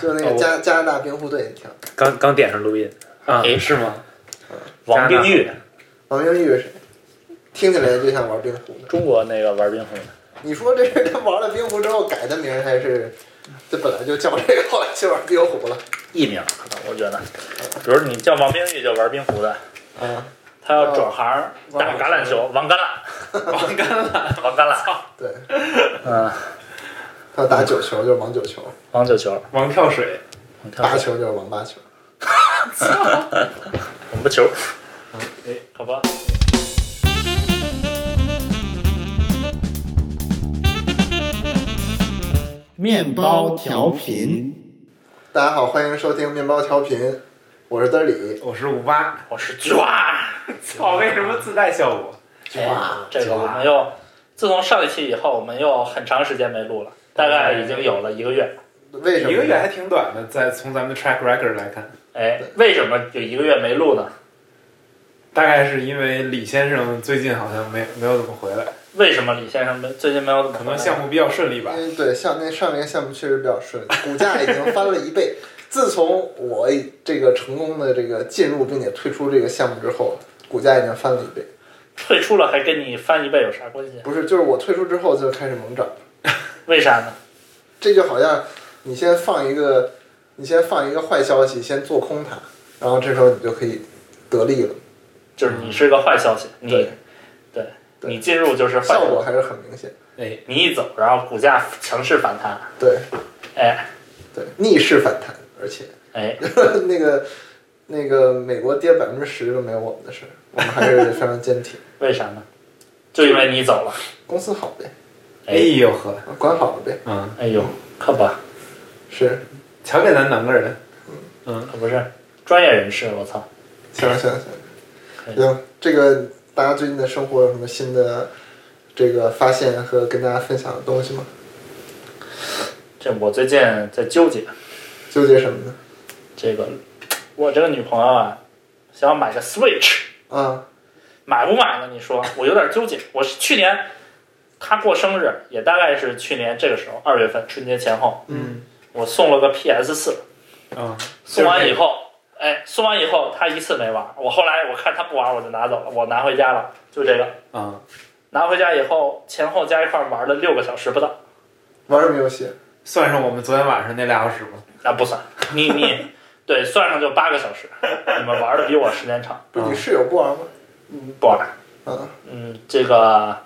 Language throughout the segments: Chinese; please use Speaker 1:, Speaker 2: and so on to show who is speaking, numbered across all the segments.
Speaker 1: 就那个加加拿大辩护队也挺。
Speaker 2: 刚刚点上录音啊？
Speaker 3: 哎
Speaker 2: 是吗？
Speaker 3: 王冰玉，
Speaker 1: 王冰玉是，听起来就像玩冰壶的。
Speaker 3: 中国那个玩冰壶的，
Speaker 1: 你说这是他玩了冰壶之后改的名儿，还是这本来就叫这个，后 来就玩冰壶了？
Speaker 3: 艺名可能我觉得，比如你叫王冰玉就玩冰壶的，
Speaker 2: 嗯
Speaker 1: 啊，
Speaker 3: 他要转行打橄榄球，哦王橄榄， 王橄榄，王橄榄，
Speaker 1: 对，
Speaker 3: 嗯，
Speaker 1: 他打九球就是王九球，
Speaker 3: 王九球，
Speaker 4: 王跳水，
Speaker 3: 王跳
Speaker 1: 八
Speaker 3: 水，
Speaker 1: 球就是王八球。
Speaker 3: 王八球，哎，好吧。
Speaker 5: 面包调频。
Speaker 1: 大家好，欢迎收听面包调频，我是德里。
Speaker 4: 我是五八。
Speaker 3: 我是抓，
Speaker 4: 操，为什么自带效果？
Speaker 1: 哇
Speaker 3: 哎啊这个我们又，自从上一期以后，我们又很长时间没录了，大概已经有了一个月。
Speaker 1: 为什么？
Speaker 4: 一个月还挺短的，在从咱们的 track record 来看，
Speaker 3: 哎，为什么有一个月没录呢？
Speaker 4: 大概是因为李先生最近好像没没有怎么回来，
Speaker 3: 为什么李先生没最近没有怎么
Speaker 4: 可
Speaker 3: 回来？
Speaker 4: 能项目比较顺利吧
Speaker 1: 因。为对，像那上一个项目确实比较顺，股价已经翻了一倍。自从我这个成功的这个进入并且退出这个项目之后，股价已经翻了一倍。
Speaker 3: 退出了还跟你翻一倍有啥关系？
Speaker 1: 不是，就是我退出之后就开始猛涨，
Speaker 3: 为啥呢？
Speaker 1: 这就好像你先放一个，你先放一个坏消息，先做空它，然后这时候你就可以得利了，
Speaker 3: 就是你嗯是个坏消息，你
Speaker 1: 对
Speaker 3: 对
Speaker 1: 对
Speaker 3: 你进入就是坏消
Speaker 1: 效
Speaker 3: 息
Speaker 1: 果还是很明显。
Speaker 4: 哎，
Speaker 3: 你一走，然后股价强势反弹，
Speaker 1: 对
Speaker 3: 哎
Speaker 1: 对，逆势反弹，而且
Speaker 3: 哎，
Speaker 1: 那个那个美国跌百分之十都没有我们的事儿，我们还是非常坚挺。
Speaker 3: 为啥呢？就因为你走了。
Speaker 1: 公司好呗，
Speaker 3: 哎
Speaker 4: 哎呦呵，
Speaker 1: 管好了呗，
Speaker 4: 嗯，
Speaker 3: 哎呦，可不，
Speaker 1: 是。
Speaker 4: 瞧给咱两个人，
Speaker 3: 可不是专业人士，我操。
Speaker 1: 行行
Speaker 3: 可
Speaker 1: 行，
Speaker 3: 以
Speaker 1: 行，这个大家最近的生活有什么新的这个发现和跟大家分享的东西吗？
Speaker 3: 这我最近在纠结
Speaker 1: 纠结什么呢？
Speaker 3: 这个，我这个女朋友啊，想要买个 Switch，
Speaker 1: 啊，
Speaker 3: 买不买呢？你说，我有点纠结。我是去年她过生日，也大概是去年这个时候，二月份春节前后，
Speaker 1: 嗯，
Speaker 3: 我送了个 PS 四，
Speaker 4: 嗯，
Speaker 3: 送完以后，哎，送完以后她一次没玩。我后来我看她不玩，我就拿走了，我拿回家了，就这个。
Speaker 4: 啊，
Speaker 3: 拿回家以后，前后加一块儿玩了六个小时不到，
Speaker 1: 玩什么游戏？
Speaker 4: 算上我们昨天晚上那俩小时吧。
Speaker 3: 那不算。你你 对，算上就八个小 时，你们玩的比我时间长，
Speaker 1: 不是你室友不玩吗？
Speaker 3: 不玩。
Speaker 1: 啊，
Speaker 3: 嗯，这个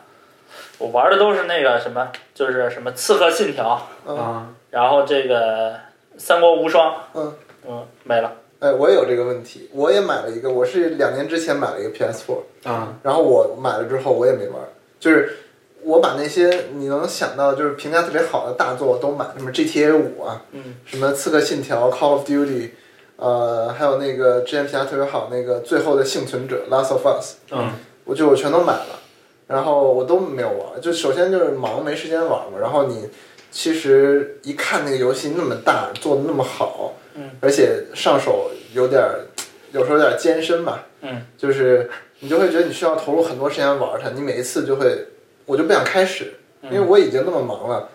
Speaker 3: 我玩的都是那个什么，就是什么《刺客信条
Speaker 1: 嗯
Speaker 4: 啊，》，
Speaker 3: 然后这个《三国无双》，
Speaker 1: 嗯，
Speaker 3: 嗯，没了。
Speaker 1: 哎，我也有这个问题，我也买了一个，我是两年之前买了一个 PS4，
Speaker 4: 啊，
Speaker 1: 然后我买了之后我也没玩，就是我把那些你能想到就是评价特别好的大作都买，什么 GTA 五啊，
Speaker 3: 嗯，
Speaker 1: 什么《刺客信条》《Call of Duty》，呃，还有那个之前评价特别好那个《最后的幸存者》《Last of Us》，
Speaker 4: 嗯，
Speaker 1: 我就我全都买了，然后我都没有玩。就首先就是忙没时间玩嘛，然后你其实一看那个游戏那么大，做的那么好，
Speaker 3: 嗯，
Speaker 1: 而且上手有点儿，有时候有点艰深吧，
Speaker 3: 嗯，
Speaker 1: 就是你就会觉得你需要投入很多时间玩它，你每一次就会，我就不想开始，
Speaker 3: 嗯
Speaker 1: 因为我已经那么忙了，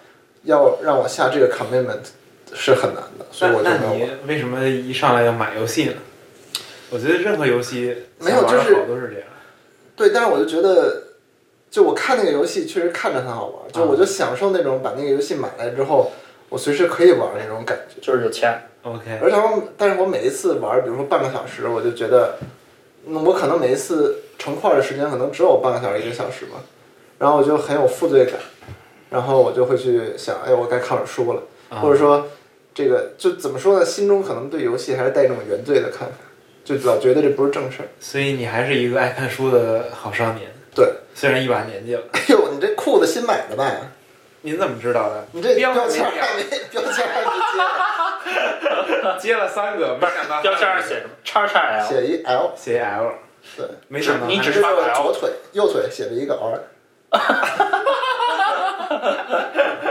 Speaker 1: 要让我下这个 commitment 是很难的，所以我就
Speaker 4: 那
Speaker 1: 没有
Speaker 4: 那
Speaker 1: 玩。
Speaker 4: 你为什么一上来要买游戏呢？我觉得任何游戏
Speaker 1: 没有
Speaker 4: 想
Speaker 1: 就
Speaker 4: 玩的
Speaker 1: 是
Speaker 4: 好都是这样。
Speaker 1: 对，但是我就觉得，就我看那个游戏确实看着很好玩，就我就享受那种把那个游戏买来之后，我随时可以玩那种感觉。
Speaker 3: 就是有钱，
Speaker 4: OK，
Speaker 1: 而且我，但是我每一次玩，比如说半个小时，我就觉得，嗯我可能每一次成块的时间可能只有半个小时、一个小时吧，然后我就很有负罪感，然后我就会去想，哎，我该看会儿书了，
Speaker 4: 啊
Speaker 1: 或者说，这个就怎么说呢？心中可能对游戏还是带一种原罪的看法，就老觉得这不是正事儿。
Speaker 4: 所以你还是一个爱看书的好少年，
Speaker 1: 对，
Speaker 4: 虽然一把年纪了。
Speaker 1: 哎呦，你这裤子新买的吧？
Speaker 4: 您怎么知道的？
Speaker 1: 你这
Speaker 4: 标
Speaker 1: 标
Speaker 4: 没
Speaker 1: 签儿还没标签儿还没
Speaker 4: 接了三个，没想到
Speaker 3: 标签上写什么叉叉 L，
Speaker 1: 接呢，写一 L，
Speaker 4: 写 L，
Speaker 1: 对，
Speaker 4: 没想到
Speaker 3: 哎你
Speaker 4: 还
Speaker 3: 只
Speaker 1: 这
Speaker 3: 是
Speaker 1: 是
Speaker 3: 发
Speaker 1: 我
Speaker 3: L，
Speaker 1: 左腿，右腿写了一个 R，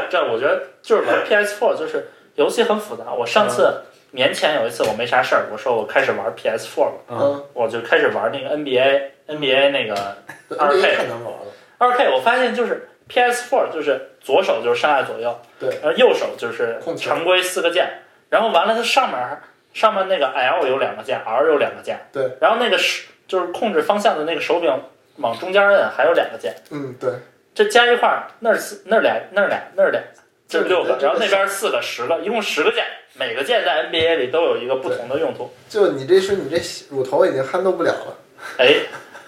Speaker 3: 这我觉得就是玩 PS4 就是游戏很复杂。我
Speaker 1: 嗯
Speaker 3: 上次年前有一次我没啥事儿，我说我开始玩 PS4 了，
Speaker 4: 嗯
Speaker 1: 嗯，
Speaker 3: 我就开始玩那个 NBA NBA 那个
Speaker 1: 对
Speaker 3: 二 K
Speaker 1: 这个太能玩了，
Speaker 3: 二 K，我发现就是 PS4 就是左手就是上下左右，
Speaker 1: 对
Speaker 3: 然后右手就是
Speaker 1: 控球
Speaker 3: 常规四个键，然后完了它上面儿上面那个 L 有两个键，R 有两个键，
Speaker 1: 对，
Speaker 3: 然后那个是就是控制方向的那个手柄往中间摁还有两个键，
Speaker 1: 嗯，对，
Speaker 3: 这加一块儿那儿四那儿俩那儿俩那儿俩，这
Speaker 1: 对
Speaker 3: 六
Speaker 1: 对
Speaker 3: 个，
Speaker 4: 呃
Speaker 1: 对
Speaker 3: 然后那边儿四个十个，一共十个键，每个键在 NBA 里都有一个不同的用途。
Speaker 1: 就你这是你这乳头已经撼动不了了，
Speaker 3: 哎，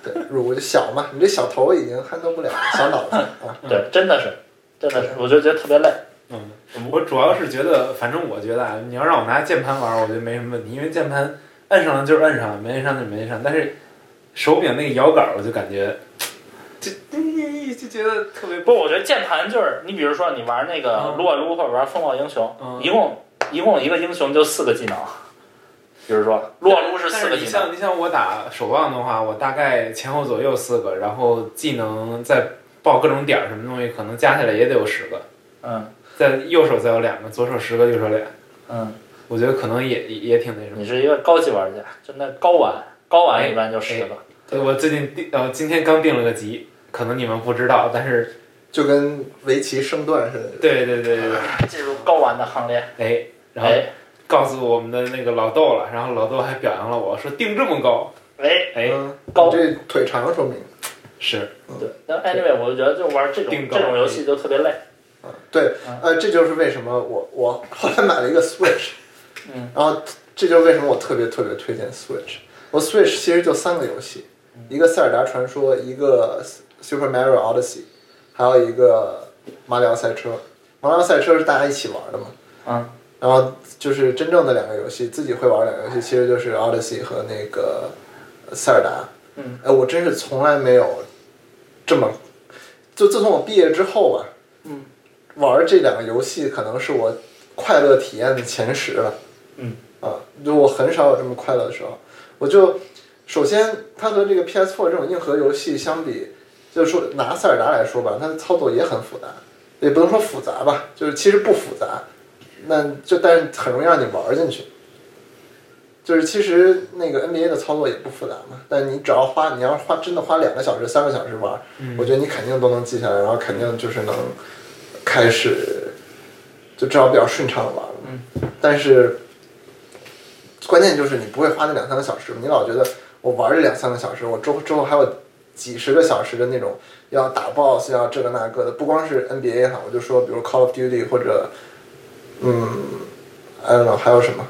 Speaker 1: 对，乳就小嘛，你这小头已经撼动不了了，小脑袋啊，
Speaker 3: 对，真的是，真的是，我就觉得特别累。
Speaker 4: 嗯，我主要是觉得，反正我觉得啊，你要让我拿键盘玩儿，我觉得没什么问题，因为键盘摁上了就是摁上了，没摁上就没摁上。但是手柄那个摇杆儿，我就感觉，就就觉得特别
Speaker 3: 不，我觉得键盘就是你，比如说你玩那个
Speaker 4: 嗯
Speaker 3: 撸啊撸或者玩风暴英雄，
Speaker 4: 嗯
Speaker 3: 一共一共一个英雄就四个技能，比如说撸啊撸是四个
Speaker 4: 但你
Speaker 3: 技能，
Speaker 4: 像你像我打守望的话，我大概前后左右四个，然后技能再爆各种点儿什么东西，可能加起来也得有十个。
Speaker 3: 嗯
Speaker 4: 在右手再有两个，左手十个，右手俩，
Speaker 3: 嗯，
Speaker 4: 我觉得可能也也也挺那什么
Speaker 3: 你。是一个高级玩家，就那高玩，高
Speaker 4: 哎
Speaker 3: 玩一般就十个，
Speaker 4: 对，我最近定呃今天刚定了个级，可能你们不知道，但是
Speaker 1: 就跟围棋升段似的。
Speaker 4: 对对对对对，
Speaker 3: 进入高玩的行列。
Speaker 4: 哎，然后
Speaker 3: 哎
Speaker 4: 告诉我们的那个老豆了，然后老豆还表扬了我说定这么高，
Speaker 3: 哎，
Speaker 4: 哎，
Speaker 1: 嗯，
Speaker 3: 高
Speaker 1: 你这腿长说明。
Speaker 4: 是
Speaker 3: 对，但 anyway，我就觉得就玩这种
Speaker 4: 定高
Speaker 3: 这种游戏就特别累。
Speaker 1: 嗯，对，呃，这就是为什么我我后来买了一个 Switch，
Speaker 3: 嗯，
Speaker 1: 然后这就是为什么我特别特别推荐 Switch。我 Switch 其实就三个游戏，一个《塞尔达传说》，一个 Super Mario Odyssey，还有一个《马里奥赛车》。《马里奥赛车》是大家一起玩的嘛，
Speaker 3: 嗯，
Speaker 1: 然后就是真正的两个游戏，自己会玩两个游戏，其实就是 Odyssey 和那个呃塞尔达。
Speaker 3: 嗯，
Speaker 1: 哎，我真是从来没有这么，就自从我毕业之后吧，
Speaker 3: 嗯，
Speaker 1: 玩这两个游戏可能是我快乐体验的前十了。
Speaker 3: 嗯，
Speaker 1: 啊，就我很少有这么快乐的时候。我就首先，它和这个 PS4 这种硬核游戏相比，就是说拿塞尔达来说吧，它的操作也很复杂，也不能说复杂吧，就是其实不复杂，那就但是很容易让你玩进去。就是其实那个 NBA 的操作也不复杂嘛，但你只要花，你要花真的花两个小时、三个小时玩，我觉得你肯定都能记下来，然后肯定就是能开始就至少比较顺畅的玩了。但是关键就是你不会花那两三个小时，你老觉得我玩这两三个小时，我之后之后还有几十个小时的那种要打 BOSS 要这个那个的，不光是 NBA 哈，我就说比如 Call of Duty 或者嗯，I don't know 还有什么，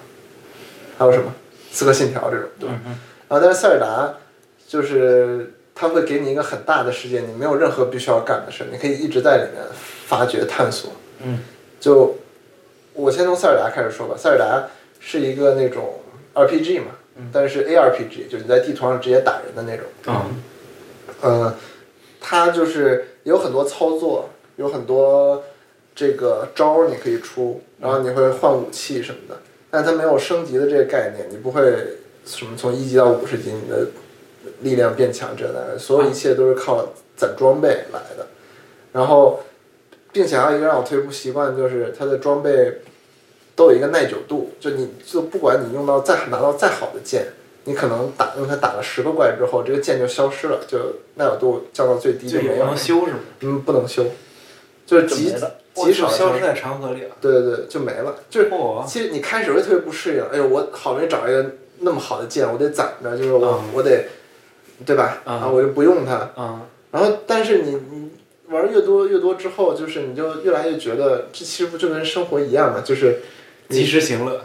Speaker 1: 还有什么刺客信条这种，对吧？然后但是塞尔达就是它会给你一个很大的世界，你没有任何必须要干的事，你可以一直在里面发掘探索。
Speaker 3: 嗯，
Speaker 1: 就我先从塞尔达开始说吧。塞尔达是一个那种 RPG 嘛，但是 ARPG 就是你在地图上直接打人的那种。
Speaker 4: 啊，
Speaker 1: 嗯，它就是有很多操作，有很多这个招儿你可以出，然后你会换武器什么的，但它没有升级的这个概念，你不会什么从一级到五十级你的力量变强这那的，所有一切都是靠攒装备来的。然后，并且还有一个让我特别不习惯，就是它的装备都有一个耐久度，就你就不管你用到再拿到再好的剑，你可能打用它打了十个怪之后，这个剑就消失了，就耐久度降到最低
Speaker 4: 就
Speaker 1: 没
Speaker 4: 也
Speaker 1: 有
Speaker 4: 能，修是吗？
Speaker 1: 嗯，不能修，就是
Speaker 3: 就
Speaker 1: 极
Speaker 3: 没了
Speaker 1: 极少
Speaker 4: 我就消
Speaker 1: 才
Speaker 4: 失在长河里了。
Speaker 1: 对对对，就没了。就是
Speaker 4: 哦
Speaker 1: 其实你开始会特别不适应，哎呦，我好不容易找一个那么好的剑，我得攒着，就是我、
Speaker 4: 嗯
Speaker 1: 我得，对吧？
Speaker 4: 嗯
Speaker 1: 啊，我就不用它。
Speaker 4: 啊，
Speaker 1: 然后，但是你你玩越多越多之后，就是你就越来越觉得这其实不就跟生活一样嘛，就是
Speaker 4: 及时行乐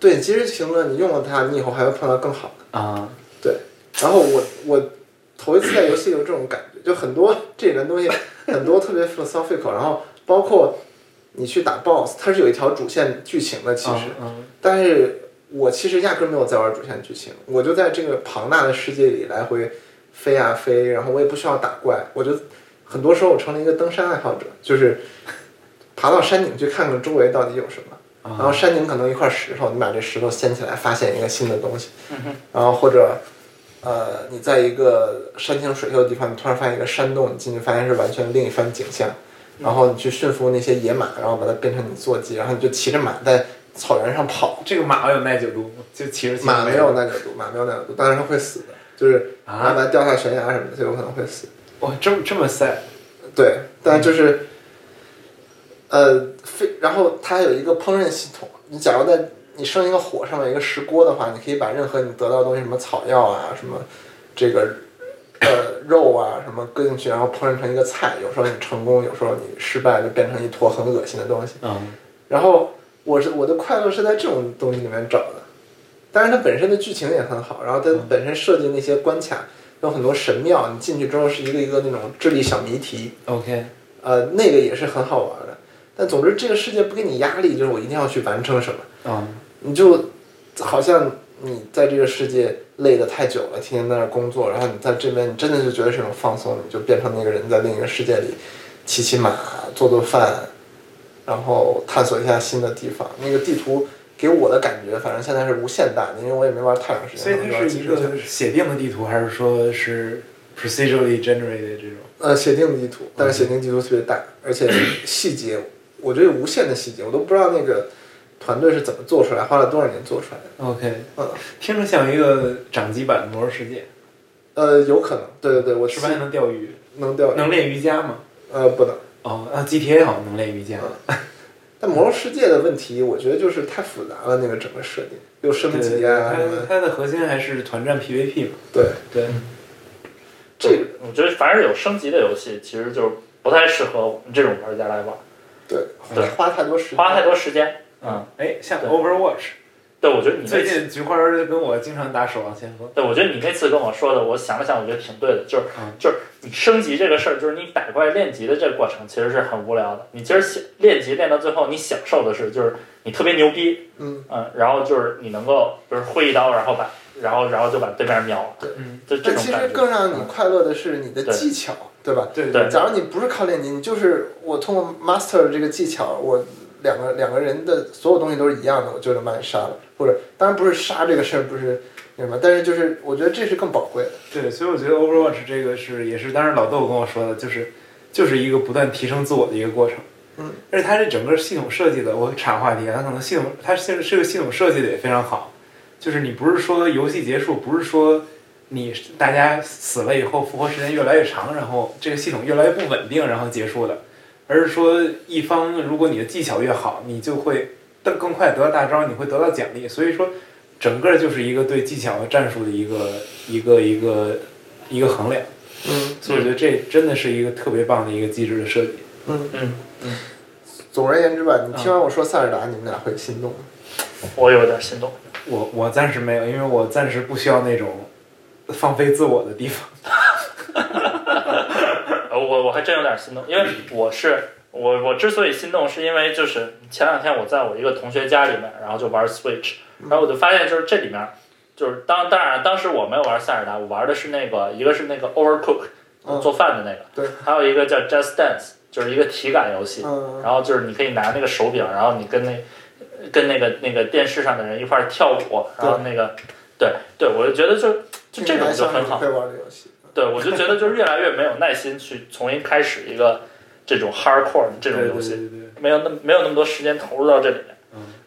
Speaker 1: 对，其实行了，你用了它，你以后还会碰到更好的。
Speaker 4: 啊，
Speaker 1: 对，然后我我头一次在游戏里有这种感觉，就很多这里面东西很多特别 philosophical，然后包括你去打 boss，它是有一条主线剧情的，其实，
Speaker 4: 嗯
Speaker 1: 但是我其实压根没有在玩主线剧情，我就在这个庞大的世界里来回飞呀、飞，然后我也不需要打怪，我就很多时候我成了一个登山爱好者，就是爬到山顶去看看周围到底有什么。然后山顶可能一块石头，你把这石头掀起来，发现一个新的东西，然后或者，呃，你在一个山清水秀的地方，你突然发现一个山洞，你进去发现是完全另一番景象，然后你去驯服那些野马，然后把它变成你坐骑，然后你就骑着马在草原上跑，
Speaker 4: 这个马有耐久度吗？就骑着骑着
Speaker 1: 马没有耐久度，马没有耐久度，但是它会死的，就是
Speaker 4: 啊
Speaker 1: 马把它掉下悬崖什么的，就有可能会死。
Speaker 4: 哇，这么这么塞
Speaker 1: 对，但就是，呃，非然后它有一个烹饪系统，你假如在你生一个火上面一个石锅的话，你可以把任何你得到的东西，什么草药啊，什么这个呃肉啊，什么搁进去，然后烹饪成一个菜。有时候你成功，有时候你失败，就变成一坨很恶心的东西。
Speaker 4: 嗯，
Speaker 1: 然后我是我的快乐是在这种东西里面找的，当然它本身的剧情也很好，然后它本身设计那些关卡有很多神庙，你进去之后是一个一个那种智力小谜题，
Speaker 4: OK，
Speaker 1: 呃，那个也是很好玩的。但总之这个世界不给你压力，就是我一定要去完成什么，
Speaker 4: 嗯，
Speaker 1: 你就好像你在这个世界累得太久了，天天在那儿工作，然后你在这边你真的就觉得是一种放松，你就变成那个人在另一个世界里骑骑马、做做饭，然后探索一下新的地方。那个地图给我的感觉，反正现在是无限大的，因为我也没玩太长时间，
Speaker 4: 所以
Speaker 1: 可能
Speaker 4: 它
Speaker 1: 玩
Speaker 4: 是
Speaker 1: 几
Speaker 4: 一
Speaker 1: 十个小时
Speaker 4: 个写定的地图，还是说是 procedurally generated 这种？
Speaker 1: 呃，写定的地图，但
Speaker 3: 嗯
Speaker 1: 是写定地图特别大，而且细节，我觉得有无限的细节，我都不知道那个团队是怎么做出来，花了多少年做出来的。
Speaker 4: OK，
Speaker 1: 嗯，
Speaker 4: 听着像一个掌机版的《魔兽世界
Speaker 1: 呃，有可能，对对对，我》，
Speaker 4: 是不是还能钓鱼？
Speaker 1: 能钓鱼，
Speaker 4: 能练瑜伽吗？
Speaker 1: 呃，不能。
Speaker 4: 哦，啊，GTA 好像能练瑜伽。
Speaker 1: 嗯但魔兽世界的问题，我觉得就是太复杂了，那个整个设定又升级啊什
Speaker 4: 它
Speaker 1: 么，
Speaker 4: 它的核心还是团战 PVP 嘛。
Speaker 1: 对，
Speaker 4: 对，
Speaker 1: 这个
Speaker 3: 我觉得凡是有升级的游戏，其实就是不太适合我们这种玩家来玩，
Speaker 1: 对
Speaker 3: 对
Speaker 1: 花太多时间，
Speaker 3: 花太多时间。嗯，
Speaker 4: 哎，像
Speaker 3: 对
Speaker 4: Overwatch，
Speaker 3: 对，我觉得你那
Speaker 4: 最
Speaker 3: 次，
Speaker 4: 近菊花儿跟我经常打守望先锋。
Speaker 3: 对我觉得你那次跟我说的，我想了想，我觉得挺对的，就是
Speaker 4: 嗯
Speaker 3: 就是你升级这个事儿，就是你百怪练级的这个过程，其实是很无聊的。你今儿想练级练到最后，你享受的是就是你特别牛逼，啊
Speaker 1: 嗯
Speaker 3: 然后就是你能够比如挥一刀，然后把然后然后就把对面秒了，
Speaker 4: 嗯，
Speaker 3: 就这
Speaker 1: 但
Speaker 3: 种
Speaker 1: 其实
Speaker 3: 感觉。嗯
Speaker 1: 更让你快乐的是你的
Speaker 3: 对
Speaker 1: 技巧，对吧？
Speaker 4: 对
Speaker 3: 对
Speaker 1: 假如你不是靠练级，你就是我通过 master 这个技巧，我两个两个人的所有东西都是一样的，我就能把你杀了。或者当然不是杀这个事儿，不是那什么，但是就是我觉得这是更宝贵的。
Speaker 4: 对，所以我觉得 Overwatch 这个是也是当时老豆跟我说的，就是就是一个不断提升自我的一个过程。
Speaker 1: 嗯，
Speaker 4: 而且它这整个系统设计的，我岔话题啊，它可能系统它是这个系统设计的也非常好，就是你不是说游戏结束，不是说你大家死了以后复活时间越来越长，然后这个系统越来越不稳定，然后结束的，而是说一方如果你的技巧越好，你就会更更快地得到大招，你会得到奖励，所以说。整个就是一个对技巧和战术的一个一个一个一个衡量，
Speaker 1: 嗯
Speaker 4: 所以我觉得这真的是一个特别棒的一个机制的设计。
Speaker 1: 嗯。
Speaker 3: 嗯，
Speaker 1: 总而言之吧，你听完我说塞尔达，你们俩会心动吗？
Speaker 3: 我有点心动。
Speaker 4: 我我暂时没有，因为我暂时不需要那种放飞自我的地 方。
Speaker 3: 呃，我我还真有点心动，因为我是我我之所以心动，是因为就是前两天我在我一个同学家里面，然后就玩 Switch，然后我就发现就是这里面就是当当然当时我没有玩塞尔达，我玩的是那个一个是那个 Overcook
Speaker 1: 嗯
Speaker 3: 做饭的那个，
Speaker 1: 对，
Speaker 3: 还有一个叫 Just Dance，就是一个体感游戏，
Speaker 1: 嗯，
Speaker 3: 然后就是你可以拿那个手柄，然后你跟那跟那个那个电视上的人一块儿跳舞，然后那个对对，我就觉得就就这种就很好
Speaker 1: 你。会玩的游戏。
Speaker 3: 对，我就觉得就是越来越没有耐心去重新开始一个这种 hardcore 的这
Speaker 4: 对
Speaker 3: 种
Speaker 4: 对
Speaker 3: 游戏，
Speaker 4: 对对，
Speaker 3: 没有那么没有那么多时间投入到这里面。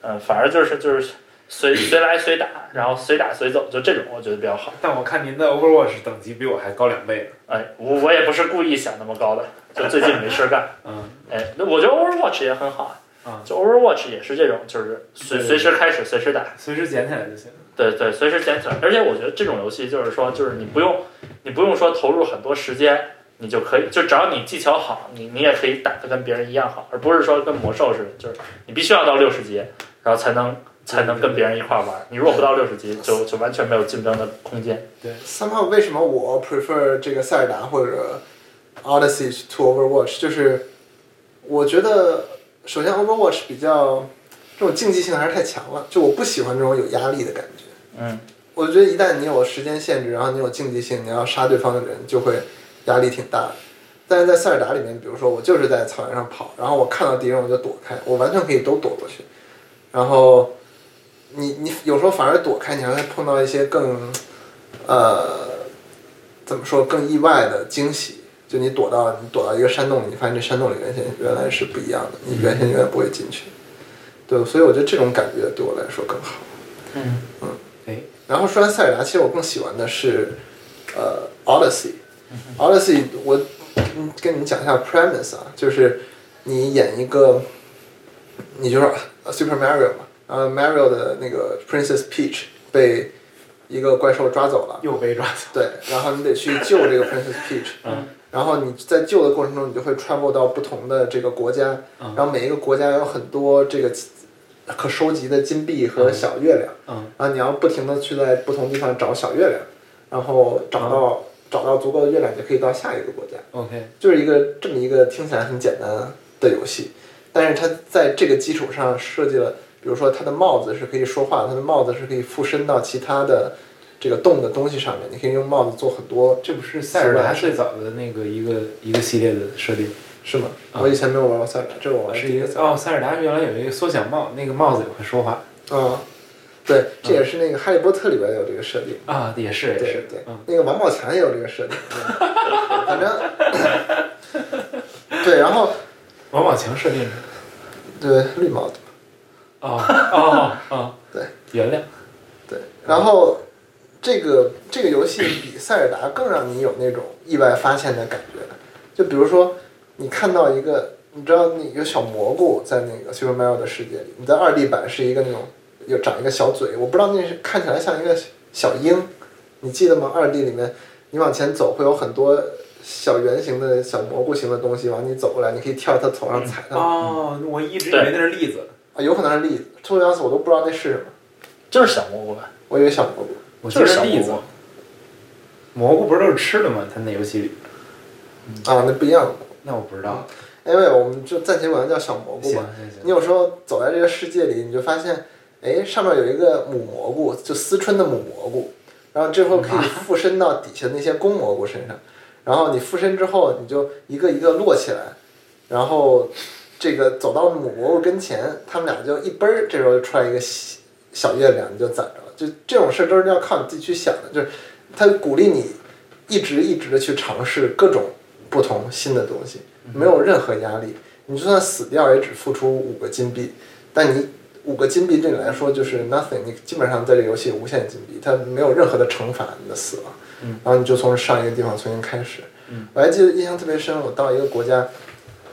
Speaker 4: 嗯
Speaker 3: 反而就是就是随随来随打，然后随打随走，就这种我觉得比较好。
Speaker 4: 但我看您的 Overwatch 等级比我还高两倍呢。
Speaker 3: 哎，我我也不是故意想那么高的，就最近没事儿干。
Speaker 4: 嗯，
Speaker 3: 哎，那我觉得 Overwatch 也很好啊
Speaker 4: 嗯，
Speaker 3: 就 Overwatch 也是这种，就是随
Speaker 4: 对
Speaker 3: 随时开始随时打。
Speaker 4: 随时捡起来就行。
Speaker 3: 对对，随时捡起来。而且我觉得这种游戏就是说，就是你不用，你不用说投入很多时间，你就可以，就只要你技巧好，你你也可以打得跟别人一样好，而不是说跟魔兽似的，就是你必须要到六十级，然后才能才能跟别人一块儿玩。你如果不到六十级，就就完全没有竞争的空间。
Speaker 1: somehow 为什么我 prefer 这个塞尔达或者 Odyssey to Overwatch，就是我觉得首先 Overwatch 比较这种竞技性还是太强了，就我不喜欢这种有压力的感觉。
Speaker 3: 嗯，
Speaker 1: 我觉得一旦你有时间限制，然后你有竞技性，你要杀对方的人，就会压力挺大的。但是在塞尔达里面，比如说我就是在草原上跑，然后我看到敌人我就躲开，我完全可以都躲过去。然后你 你有时候反而躲开，你还会碰到一些更呃怎么说更意外的惊喜。就你躲到你躲到一个山洞里，你发现这山洞里原先原来是不一样的，你原先永远不会进去。对，所以我觉得这种感觉对我来说更好。
Speaker 3: 嗯
Speaker 4: 哎，
Speaker 1: 然后说完塞尔达，其实我更喜欢的是，呃，Odyssey。Odyssey，我嗯跟你们讲一下 premise 啊，就是你演一个，你就是 Super Mario 嘛，呃 Mario 的那个 Princess Peach 被一个怪兽抓走了，
Speaker 4: 又被抓走。
Speaker 1: 对，然后你得去救这个 Princess Peach，然后你在救的过程中，你就会 travel 到不同的这个国家，然后每一个国家有很多这个可收集的金币和小月亮，
Speaker 4: 嗯
Speaker 1: 然后啊你要不停的去在不同地方找小月亮，然后找
Speaker 4: 啊
Speaker 1: 到找到足够的月亮，你就可以到下一个国家。
Speaker 4: ，OK，
Speaker 1: 就是一个这么一个听起来很简单的游戏，但是它在这个基础上设计了，比如说它的帽子是可以说话，它的帽子是可以附身到其他的这个动的东西上面，你可以用帽子做很多，
Speaker 4: 这不是塞尔达最早的那个一个一个系列的设定，
Speaker 1: 是吗？我以前没有玩过塞尔达，这我玩的
Speaker 4: 啊是
Speaker 1: 第
Speaker 4: 一
Speaker 1: 个
Speaker 4: 个
Speaker 1: 塞尔
Speaker 4: 哦，塞尔达原来有一个缩小帽，那个帽子也会说话
Speaker 1: 达。啊、对，这也是那个《哈利波特》里边有这个设定。
Speaker 4: 啊，也是也
Speaker 1: 对
Speaker 4: 是，
Speaker 1: 对
Speaker 4: 嗯，
Speaker 1: 那个王宝强也有这个设定，对反正 对，然后
Speaker 4: 王宝强设定是
Speaker 1: 对绿帽子，
Speaker 4: 哦哦哦，
Speaker 1: 对，
Speaker 4: 原谅，
Speaker 1: 对，然后这个这个游戏比塞尔达更让你有那种意外发现的感觉。就比如说，你看到一个，你知道那有小蘑菇在那个 Super Mario 的世界里，你在二 D 版是一个那种有长一个小嘴，我不知道那是看起来像一个小鹰，你记得吗？二 D 里面你往前走会有很多小圆形的小蘑菇形的东西往你走过来，你可以跳到它头上踩它，啊
Speaker 4: 哦，我一直以为那是栗子，
Speaker 1: 有可能是栗子，兔子死我都不知道那是什么，
Speaker 3: 就是小蘑菇吧？
Speaker 1: 我以为小蘑菇。
Speaker 4: 我记
Speaker 3: 就
Speaker 4: 得
Speaker 3: 是
Speaker 4: 是
Speaker 3: 小
Speaker 4: 栗
Speaker 3: 蘑
Speaker 4: 子
Speaker 3: 菇。。
Speaker 4: 蘑菇不是都是吃的吗？他那游戏里，
Speaker 1: 啊，那不一样的蘑菇。
Speaker 4: 那我不知道。
Speaker 1: 因为我们就暂且管它叫小蘑菇
Speaker 4: 行
Speaker 1: 吧。
Speaker 4: 行行
Speaker 1: 你有时候走在这个世界里，你就发现，哎，上面有一个母蘑菇，就思春的母蘑菇，然后这会儿可以附身到底下那些公蘑菇身上，然后你附身之后，你就一个一个摞起来，然后这个走到母蘑菇跟前，他们俩就一奔儿，这时候就出来一个小小月亮，你就攒着了。就这种事都是要靠你自己去想的，就是他鼓励你一直一直的去尝试各种不同新的东西，没有任何压力。你就算死掉也只付出五个金币，但你五个金币对你来说就是 nothing，你基本上在这游戏无限金币，它没有任何的惩罚你的死亡，然后你就从上一个地方重新开始。我还记得印象特别深，我到一个国家，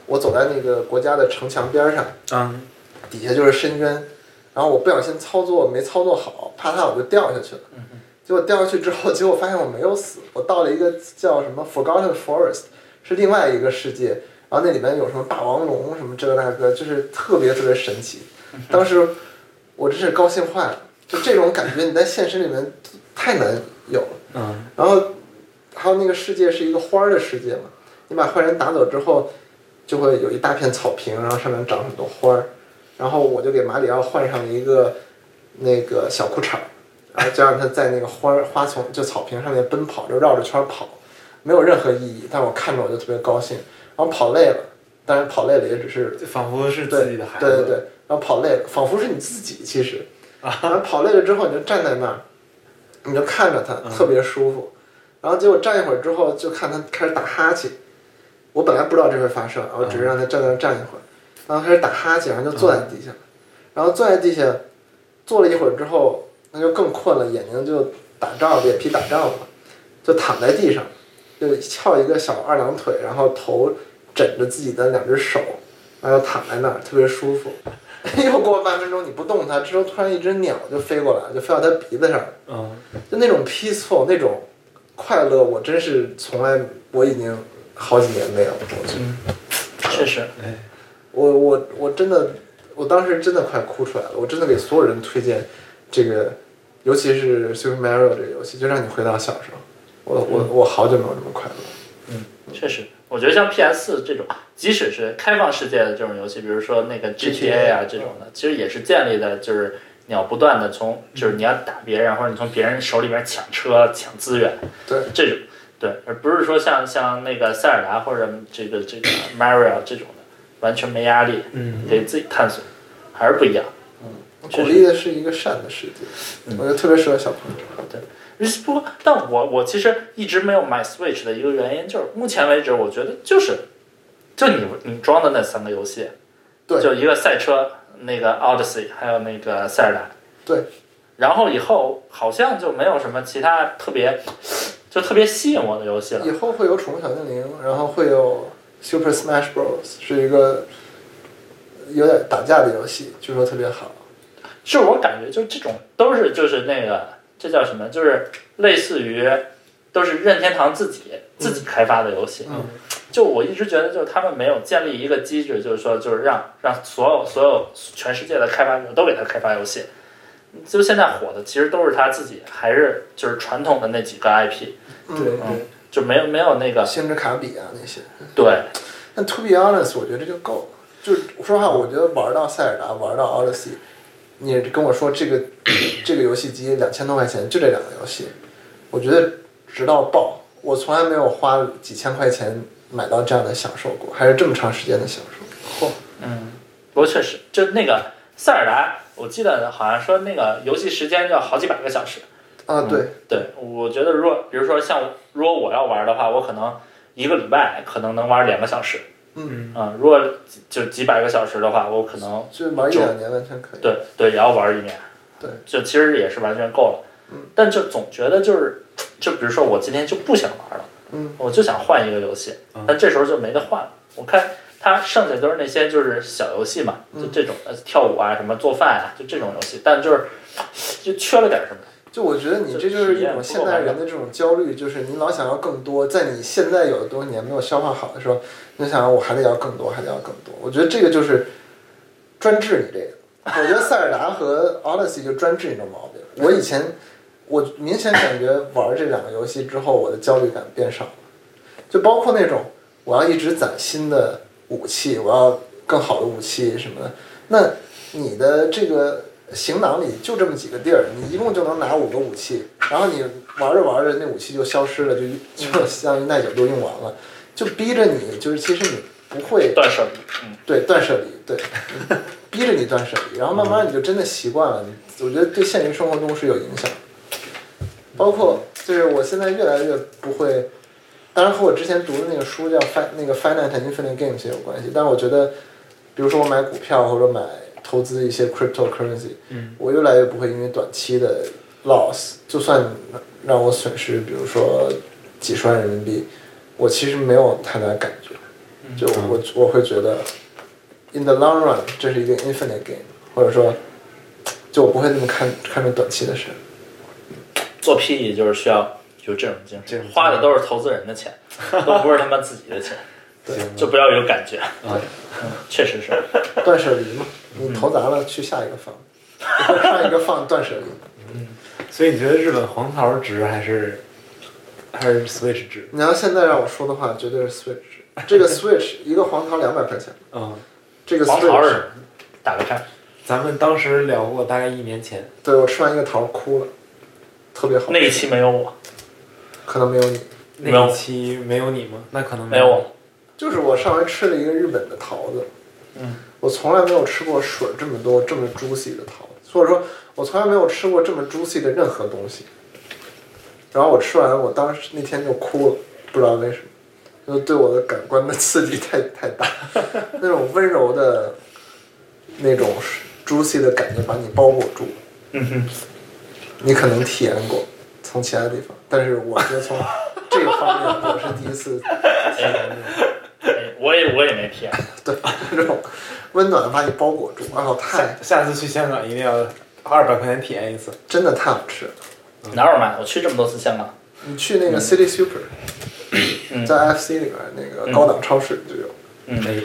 Speaker 1: 我走在那个国家的城墙边上，
Speaker 2: 嗯，
Speaker 1: 底下就是深渊，然后我不小心操作没操作好，啪嗒我就掉下去了。结果掉下去之后，结果发现我没有死，我到了一个叫什么 Forgotten Forest，是另外一个世界，然后那里面有什么霸王龙什么这个那个，就是特别特别神奇。当时我真是高兴坏了，就这种感觉你在现实里面太难有了。
Speaker 4: 嗯，
Speaker 1: 然后还有那个世界是一个花儿的世界嘛，你把坏人打走之后，就会有一大片草坪，然后上面长很多花儿。然后我就给马里奥换上了一个那个小裤衩儿，然后就让他在那个花儿花丛就草坪上面奔跑，就绕着圈儿跑，没有任何意义。但我看着我就特别高兴，然后跑累了，当然跑累了也只是
Speaker 4: 就仿佛是
Speaker 1: 对
Speaker 4: 自己的孩子。
Speaker 1: 对对对，然后跑累了，仿佛是你自己其 实，然后跑累了之后你就站在那儿，你就看着它，
Speaker 4: 嗯
Speaker 1: 特别舒服。然后结果站一会儿之后，就看它开始打哈欠。我本来不知道这会发生，我只是
Speaker 4: 嗯
Speaker 1: 让它站在那儿站一会儿，然后开始打哈欠，然后就坐在地
Speaker 4: 嗯
Speaker 1: 下，然后坐在地下坐了一会儿之后，那就更困了，眼睛就打仗，脸皮打仗了，就躺在地上，就翘一个小二郎腿，然后头枕着自己的两只手，然后躺在那儿，特别舒服。 又过半分钟你不动它，这时候突然一只鸟就飞过来，就飞到它鼻子上，
Speaker 4: 嗯，
Speaker 1: 就那种 peaceful 那种快乐，我真是从来我已经好几年没有了。我觉得
Speaker 3: 确实，
Speaker 1: 我我我真的，我当时真的快哭出来了。我真的给所有人推荐这个，尤其是 Super Mario 这个游戏，就让你回到小时候。我
Speaker 4: 嗯
Speaker 1: 我我好久没有这么快乐了。
Speaker 3: 确实，我觉得像 PS 这种，即使是开放世界的这种游戏，比如说那个 GTA 啊这种的，其实也是建立在就是你要不断的从，就是你要打别人，或者你从别人手里面抢车、抢资源，
Speaker 1: 对
Speaker 3: 这种，对，而不是说像像那个塞尔达或者这个这个 Mario 这种的，完全没压力，
Speaker 4: 嗯，
Speaker 3: 给自己探索，还是不一样。
Speaker 1: 鼓励的是一个善的世界，
Speaker 4: 嗯
Speaker 1: 我觉得特别适合小朋友。
Speaker 3: 不过，但我我其实一直没有买 Switch 的一个原因，就是目前为止，我觉得就是，就你你装的那三个游戏，
Speaker 1: 对
Speaker 3: 就一个赛车，那个 Odyssey，还有那个塞尔达，
Speaker 1: 对，
Speaker 3: 然后以后好像就没有什么其他特别，就特别吸引我的游戏了。
Speaker 1: 以后会有《宠物小精灵》，然后会有 Super Smash Bros，是一个有点打架的游戏，据说特别好。
Speaker 3: 是我感觉就这种都是就是那个这叫什么？就是类似于都是任天堂自己自己开发的游戏。
Speaker 1: 嗯
Speaker 3: 就我一直觉得，就是他们没有建立一个机制，就是说就是让让所有所有全世界的开发者都给他开发游戏。就现在火的其实都是他自己，还是就是传统的那几个 IP，
Speaker 1: 嗯
Speaker 4: 对
Speaker 1: 嗯
Speaker 3: 就没有没有那个
Speaker 1: 星之卡比啊那些。
Speaker 3: 对
Speaker 1: 但 to be honest，我觉得这就够了。就是说实话，我觉得玩到塞尔达，玩到 Odyssey，你跟我说这个 这个游戏机两千多块钱，就这两个游戏，我觉得值到爆。我从来没有花几千块钱买到这样的享受过，还是这么长时间的享受。嚯、
Speaker 3: 嗯，不过确实，就那个塞尔达，我记得好像说那个游戏时间要好几百个小时。
Speaker 1: 啊，对，
Speaker 3: 对，我觉得如果比如说像如果我要玩的话，我可能一个礼拜可能能玩两个小时。
Speaker 1: 嗯
Speaker 3: 啊、如果几就几百个小时的话，我可能
Speaker 1: 就玩一
Speaker 3: 就
Speaker 1: 两年完全可以。
Speaker 3: 对对也要玩一年。
Speaker 1: 对，
Speaker 3: 就其实也是完全够了。
Speaker 1: 嗯，
Speaker 3: 但就总觉得就是，就比如说我今天就不想玩了，
Speaker 1: 嗯，
Speaker 3: 我就想换一个游戏
Speaker 4: 嗯，
Speaker 3: 但这时候就没得换了。我看它剩下都是那些就是小游戏嘛，就这种呃跳舞啊、什么做饭啊，就这种游戏，但就是就缺了点什么。
Speaker 1: 就我觉得你这就是一种现代人的这种焦虑，就是你老想要更多，在你现在有的东西你还没有消化好的时候，你想要我还得要更多，还得要更多。我觉得这个就是专治你这个。我觉得塞尔达和 Odyssey 就专治你这毛病。我以前我明显感觉玩这两个游戏之后，我的焦虑感变少了，就包括那种我要一直攒新的武器，我要更好的武器什么的。那你的这个行囊里就这么几个地儿，你一共就能拿五个武器，然后你玩着玩着那武器就消失了，就就相当于耐久度用完了，就逼着你就是其实你不会
Speaker 3: 断舍离，嗯，
Speaker 1: 对断舍离，对， 嗯逼着你断舍离，然后慢慢你就真的习惯了。你我觉得对现实生活中是有影响的，包括就是我现在越来越不会，当然和我之前读的那个书叫《Fin》那个《Finite and Infinite Games》也有关系，但是我觉得，比如说我买股票或者买投资一些 cryptocurrency，
Speaker 4: 嗯，
Speaker 1: 我越来越不会因为短期的 loss，就算让我损失，比如说几十万人民币，我其实没有太大感觉。就我我会觉得，in the long run，这是一个 infinite game，或者说，就我不会那么看看重短期的事。
Speaker 3: 做 PE 就是需要有这种精
Speaker 4: 这
Speaker 3: 神
Speaker 4: 种，
Speaker 3: 花的都是投资人的钱，都不是他妈自己的钱，
Speaker 1: 对，
Speaker 3: 就不要有感觉，
Speaker 4: 啊，
Speaker 3: 确实是。
Speaker 1: 断舍离嘛，
Speaker 3: 嗯
Speaker 1: 你投砸了去下一个放，上一个放断舍离。
Speaker 4: 所以你觉得日本黄桃值还是还是 Switch 值？
Speaker 1: 你要现在让我说的话，绝对是 Switch。这个 Switch 一个黄桃两百块钱，
Speaker 4: 嗯，
Speaker 1: 这个
Speaker 3: 黄桃
Speaker 1: Switch，
Speaker 3: 儿打个开，
Speaker 4: 咱们当时聊过，大概一年前，
Speaker 1: 对我吃完一个桃哭了，特别好
Speaker 3: 那。一期没有我，
Speaker 1: 可能没有你，
Speaker 3: 没有
Speaker 4: 那一期没有你吗？那可能
Speaker 3: 没有我，
Speaker 1: 就是我上回吃了一个日本的桃子，
Speaker 3: 嗯，
Speaker 1: 我从来没有吃过水这么多、这么 juicy 的桃，或者说，我从来没有吃过这么 juicy 的任何东西。然后我吃完，我当时那天就哭了，不知道为什么，就对我的感官的刺激太太大，那种温柔的，那种 juicy 的感觉把你包裹住了。
Speaker 3: 嗯哼。
Speaker 1: 你可能体验过，从其他地方，但是我觉得从这个方面我是第一次体验这种。
Speaker 3: 哎我也我也没骗，
Speaker 1: 对，这种温暖把你包裹住，然后太
Speaker 4: 下次去香港一定要二百块钱体验一次。
Speaker 1: 真的太好吃了。
Speaker 3: 哪有卖？我去这么多次香港，
Speaker 1: 你去那个 City Super，、
Speaker 3: 嗯
Speaker 1: 在 FC 里面那个高档超市就有。
Speaker 4: 哎
Speaker 3: 嗯，，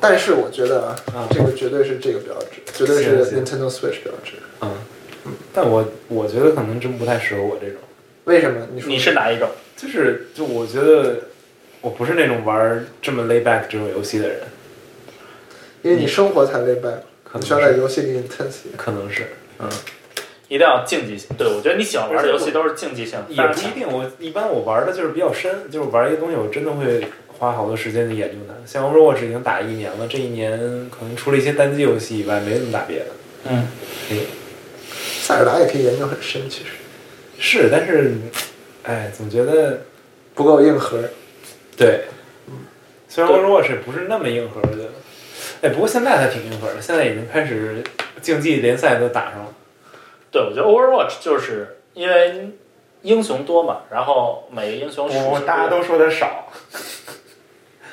Speaker 1: 但是我觉得啊
Speaker 4: 啊，
Speaker 1: 这个绝对是这个标志，绝对是
Speaker 4: 是是
Speaker 1: Nintendo Switch 标志。
Speaker 4: 嗯，但我我觉得可能真不太适合我这种，
Speaker 1: 为什么？你说
Speaker 3: 你是哪一种？
Speaker 4: 就是就我觉得我不是那种玩这么 lay back 这种游戏的人，
Speaker 1: 因为你生活才 lay back，
Speaker 4: 可能
Speaker 1: 你
Speaker 4: 是
Speaker 1: 需要在游戏里 intense 一点。
Speaker 4: 可能是，嗯，
Speaker 3: 一定要竞技性。对，我觉得你喜欢玩的游戏都是竞技性，
Speaker 4: 也
Speaker 3: 但
Speaker 4: 不
Speaker 3: 是
Speaker 4: 一定。我一般我玩的就是比较深，就是玩一个东西，我真的会花好多时间去研究它。像 Overwatch 已经打一年了，这一年可能除了一些单机游戏以外，没怎么打别的。
Speaker 3: 嗯，
Speaker 4: 哎，
Speaker 1: 塞尔达也可以研究很深，其实
Speaker 4: 是，但是，哎，总觉得
Speaker 1: 不够硬核。
Speaker 4: 对，虽然
Speaker 3: 对
Speaker 4: Overwatch 不是那么硬核的，哎，不过现在还挺硬核的，现在已经开始竞技联赛都打上了。
Speaker 3: 对，我觉得 Overwatch 就是因为英雄多嘛，然后每个英雄属
Speaker 4: 我哦
Speaker 3: 性
Speaker 4: 大家都说的少，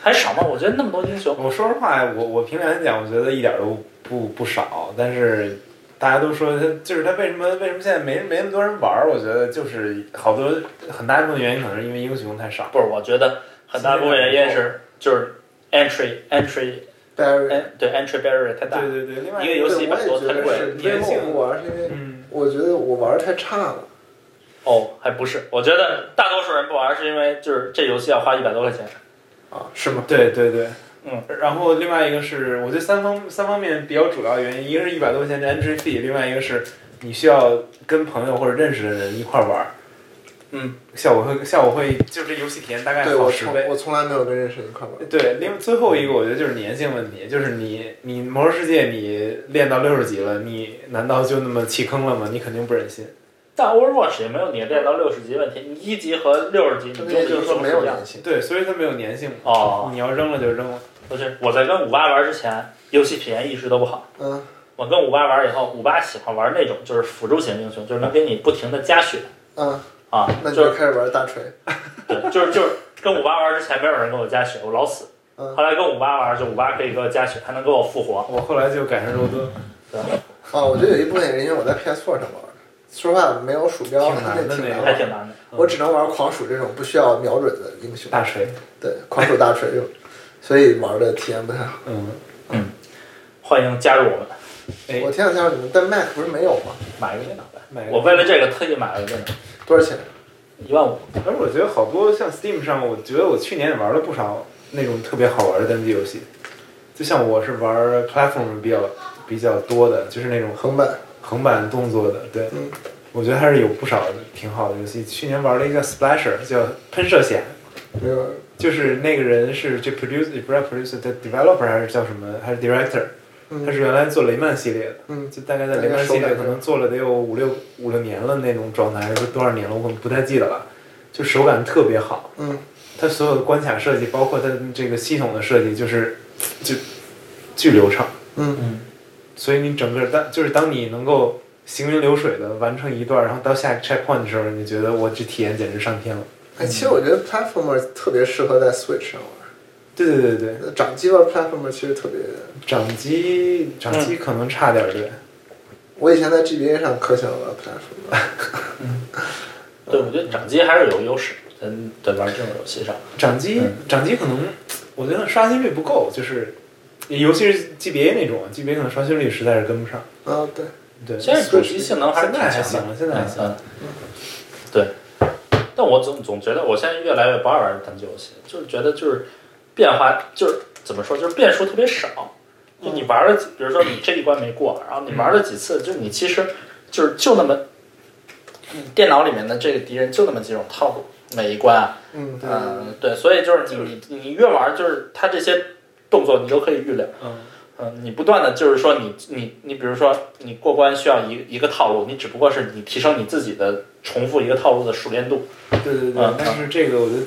Speaker 3: 还少吗？我觉得那么多英雄，
Speaker 4: 我说实话，我我凭良心讲，我觉得一点都不不少，但是大家都说它就是它为什么为什么现在没没那么多人玩儿？我觉得就是好多很大一部分原因可能是因为英雄太少。
Speaker 3: 不是，我觉得很大部分原因是就是 entry entry
Speaker 1: Barry，
Speaker 3: 哎对 entry barrier 太大，
Speaker 4: 对对对，另外
Speaker 3: 一个
Speaker 1: 对，
Speaker 3: 游戏
Speaker 1: 我
Speaker 3: 版
Speaker 1: 也
Speaker 3: 多
Speaker 1: 觉
Speaker 3: 太
Speaker 1: 得
Speaker 3: 贵
Speaker 1: 是，
Speaker 4: 了
Speaker 1: 为什么我
Speaker 4: 粘性
Speaker 1: 不玩？是因为
Speaker 4: 嗯，
Speaker 1: 我觉得我玩儿太差了。
Speaker 3: 哦，还不是，我觉得大多数人不玩是因为就是这游戏要花一百多块钱，
Speaker 1: 啊，是吗？
Speaker 4: 对对对，
Speaker 3: 嗯。
Speaker 4: 然后另外一个是，我觉得三方三方面比较主要的原因，一个是一百多块钱的 entry fee，另外一个是你需要跟朋友或者认识的人一块儿玩。
Speaker 3: 嗯，
Speaker 4: 效果会效果会就是游戏体验大概
Speaker 1: 对，
Speaker 4: 好
Speaker 1: 我
Speaker 4: 十
Speaker 1: 从
Speaker 4: 倍。
Speaker 1: 我从来没有跟认识人一块玩儿。
Speaker 4: 对，另最后一个我觉得就是粘性问题，就是你你魔兽世界你练到六十级了，你难道就那么弃坑了吗？你肯定不忍心。
Speaker 3: 但 Overwatch 也没有你练到六十级问题，你一级和六十级
Speaker 1: 这
Speaker 3: 你
Speaker 1: 个
Speaker 3: 用
Speaker 1: 也
Speaker 3: 的
Speaker 1: 就
Speaker 3: 英
Speaker 1: 是说
Speaker 3: 雄
Speaker 1: 没
Speaker 3: 嗯是
Speaker 1: 有
Speaker 3: 一样
Speaker 1: 粘。性。
Speaker 4: 对，所以它没有粘性嘛。
Speaker 3: 哦，
Speaker 4: 你要扔了就扔了。
Speaker 3: 不是，我在跟五八玩之前，游戏体验一直都不好。
Speaker 1: 嗯，
Speaker 3: 我跟五八玩以后，五八喜欢玩那种就是辅助型英雄，就是能给你不停的加血
Speaker 1: 嗯，
Speaker 3: 啊，
Speaker 1: 那你
Speaker 3: 就
Speaker 1: 就是开始玩大锤。
Speaker 3: 对，就是就是跟五八玩之前没有人给我加血，我老死。
Speaker 1: 嗯
Speaker 3: 后来跟五八玩，就五八可以给我加血，还能给我复活。
Speaker 4: 我后来就改成肉盾。
Speaker 1: 啊，我觉得有一部分原因是我在 PS4 上玩儿，说实话没有鼠标，
Speaker 4: 挺难
Speaker 1: 那
Speaker 4: 的
Speaker 1: 挺
Speaker 4: 那
Speaker 1: 难
Speaker 4: 个
Speaker 3: 还
Speaker 1: 玩儿。
Speaker 3: 挺难的。
Speaker 1: 我只能玩狂鼠这种不需要瞄准的英雄，
Speaker 4: 大锤。
Speaker 1: 对，狂鼠大锤用，所以玩儿的体验不太好。
Speaker 4: 嗯。
Speaker 3: 欢迎加入我们，
Speaker 4: 哎
Speaker 1: 我前两天你们在 Mac 不是没有吗？
Speaker 3: 买一个电脑吧。
Speaker 4: 买个
Speaker 3: 我为了这个特意买了个电脑，
Speaker 1: 多少钱？
Speaker 3: 一万五。
Speaker 4: 而我觉得好多像 Steam 上，我觉得我去年也玩了不少那种特别好玩的单机游戏。就像我是玩 platform 比较比较多的，就是那种
Speaker 1: 横版。
Speaker 4: 横版动作的，对
Speaker 1: 嗯，
Speaker 4: 我觉得还是有不少挺好的游戏。去年玩了一个 Splasher，叫喷射侠，
Speaker 1: 没有玩儿，
Speaker 4: 就是那个人是这 producer 不是 producer 的 developer 还是叫什么，还是 director，
Speaker 1: 嗯
Speaker 4: 他是原来做雷曼系列的，
Speaker 1: 嗯，
Speaker 4: 就大概在雷曼系列可能做了得有五六五六年了那种状态，还是多少年了，我不太记得了。就手感特别好，
Speaker 1: 嗯，
Speaker 4: 它所有的关卡设计，包括它这个系统的设计，就是就巨流畅。
Speaker 1: 嗯
Speaker 3: 嗯，
Speaker 4: 所以你整个当就是当你能够行云流水的完成一段，然后到下一个 checkpoint 的时候，你觉得我这体验简直上天了。
Speaker 1: 哎，其实我觉得 platformer 特别适合在 Switch 上玩
Speaker 4: 对对对对，
Speaker 1: 儿，掌机玩 platformer 其实特别。
Speaker 4: 掌机掌机可能差点儿
Speaker 3: 嗯
Speaker 4: 对。
Speaker 1: 我以前在 GBA 上可想玩 platformer，
Speaker 3: 对，我觉得掌机还是有优势。嗯，在玩这种游戏上，
Speaker 4: 掌机
Speaker 3: 嗯
Speaker 4: 掌机可能我觉得刷新率不够，就是尤其是 GBA 那种，GBA 可能刷新率实在是跟不上。
Speaker 1: 啊，对，
Speaker 4: 对，
Speaker 3: 现在主机性能还是挺
Speaker 4: 现在还
Speaker 3: 强的
Speaker 4: 行，。现在还行。
Speaker 3: 嗯，对。但我总总觉得我现在越来越不爱玩单机游戏，就是觉得就是变化就是怎么说，就是变数特别少。就你玩了几，比如说你这一关没过，然后你玩了几次，就你其实就是就那么，你电脑里面的这个敌人就那么几种套路，每一关啊，
Speaker 1: 嗯，对，
Speaker 3: 嗯，对，所以就是你你你越玩，就是他这些动作你都可以预料。
Speaker 4: 嗯，
Speaker 3: 嗯，你不断的就是说你你你，比如说你过关需要一一个套路，你只不过是你提升你自己的重复一个套路的熟练度。
Speaker 4: 对对对
Speaker 3: 嗯，
Speaker 4: 但是这个我觉得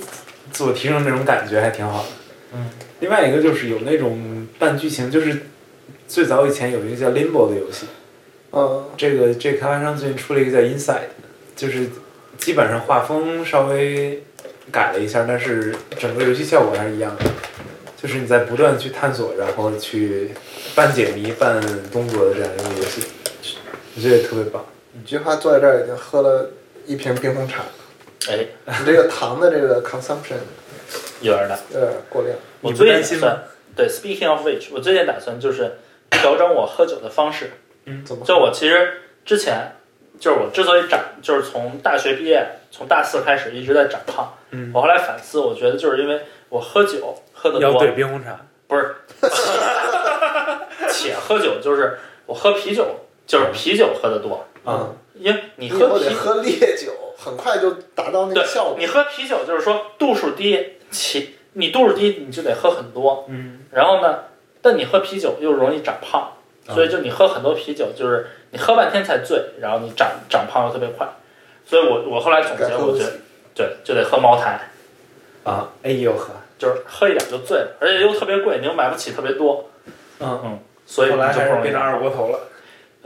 Speaker 4: 自我提升这种感觉还挺好的。
Speaker 3: 嗯，
Speaker 4: 另外一个就是有那种半剧情，就是最早以前有一个叫 Limbo 的游戏，
Speaker 1: 嗯。
Speaker 4: 这个这个开发商最近出了一个叫 Inside，就是基本上画风稍微改了一下，但是整个游戏效果还是一样的。就是你在不断去探索，然后去半解谜、半动作的这样一个游戏，我觉得也特别棒。
Speaker 1: 菊花坐在这儿已经喝了一瓶冰红茶，
Speaker 3: 哎，
Speaker 1: 你这 个糖的这个 consumption
Speaker 3: 有点难。
Speaker 1: 有点过量。
Speaker 4: 你
Speaker 3: 我
Speaker 4: 不
Speaker 3: 最近
Speaker 4: 担
Speaker 3: 打
Speaker 4: 心
Speaker 3: 算
Speaker 4: 吗？
Speaker 3: 对，Speaking of which，我最近打算就是调整我喝酒的方式。
Speaker 1: 怎么？
Speaker 3: 嗯就我其实之前就是我之所以长，就是从大学毕业，从大四开始一直在长胖。
Speaker 4: 嗯
Speaker 3: 我后来反思，我觉得就是因为我喝酒喝的
Speaker 2: 要
Speaker 3: 多，
Speaker 2: 兑冰红茶，
Speaker 3: 不是，且喝酒就是我喝啤酒，
Speaker 4: 嗯
Speaker 3: 就是啤酒喝的多，
Speaker 1: 嗯，
Speaker 3: 因为
Speaker 1: 你
Speaker 3: 你
Speaker 1: 以
Speaker 3: 喝
Speaker 1: 后
Speaker 3: 啤
Speaker 1: 得喝烈酒，很快就达到那
Speaker 3: 对
Speaker 1: 个效，果。
Speaker 3: 你喝啤酒就是说度数低，其你度数低你就得喝很多，
Speaker 4: 嗯，
Speaker 3: 然后呢，但你喝啤酒又容易长胖，
Speaker 1: 啊
Speaker 3: 所以就你喝很多啤酒，就是你喝半天才醉，然后你长长胖又特别快，所以我我后来总
Speaker 1: 该
Speaker 3: 结，
Speaker 1: 喝
Speaker 3: 我
Speaker 1: 的
Speaker 3: 觉得对就得喝茅台，
Speaker 4: 啊，哎呦呵，
Speaker 3: 就是喝一两就醉了，而且又特别贵，你又买不起特别多，
Speaker 4: 嗯
Speaker 3: 嗯，所以
Speaker 4: 后
Speaker 3: 你
Speaker 4: 来
Speaker 3: 就
Speaker 4: 还
Speaker 3: 不
Speaker 4: 是
Speaker 3: 容易
Speaker 4: 变成
Speaker 3: 长
Speaker 4: 二锅头了。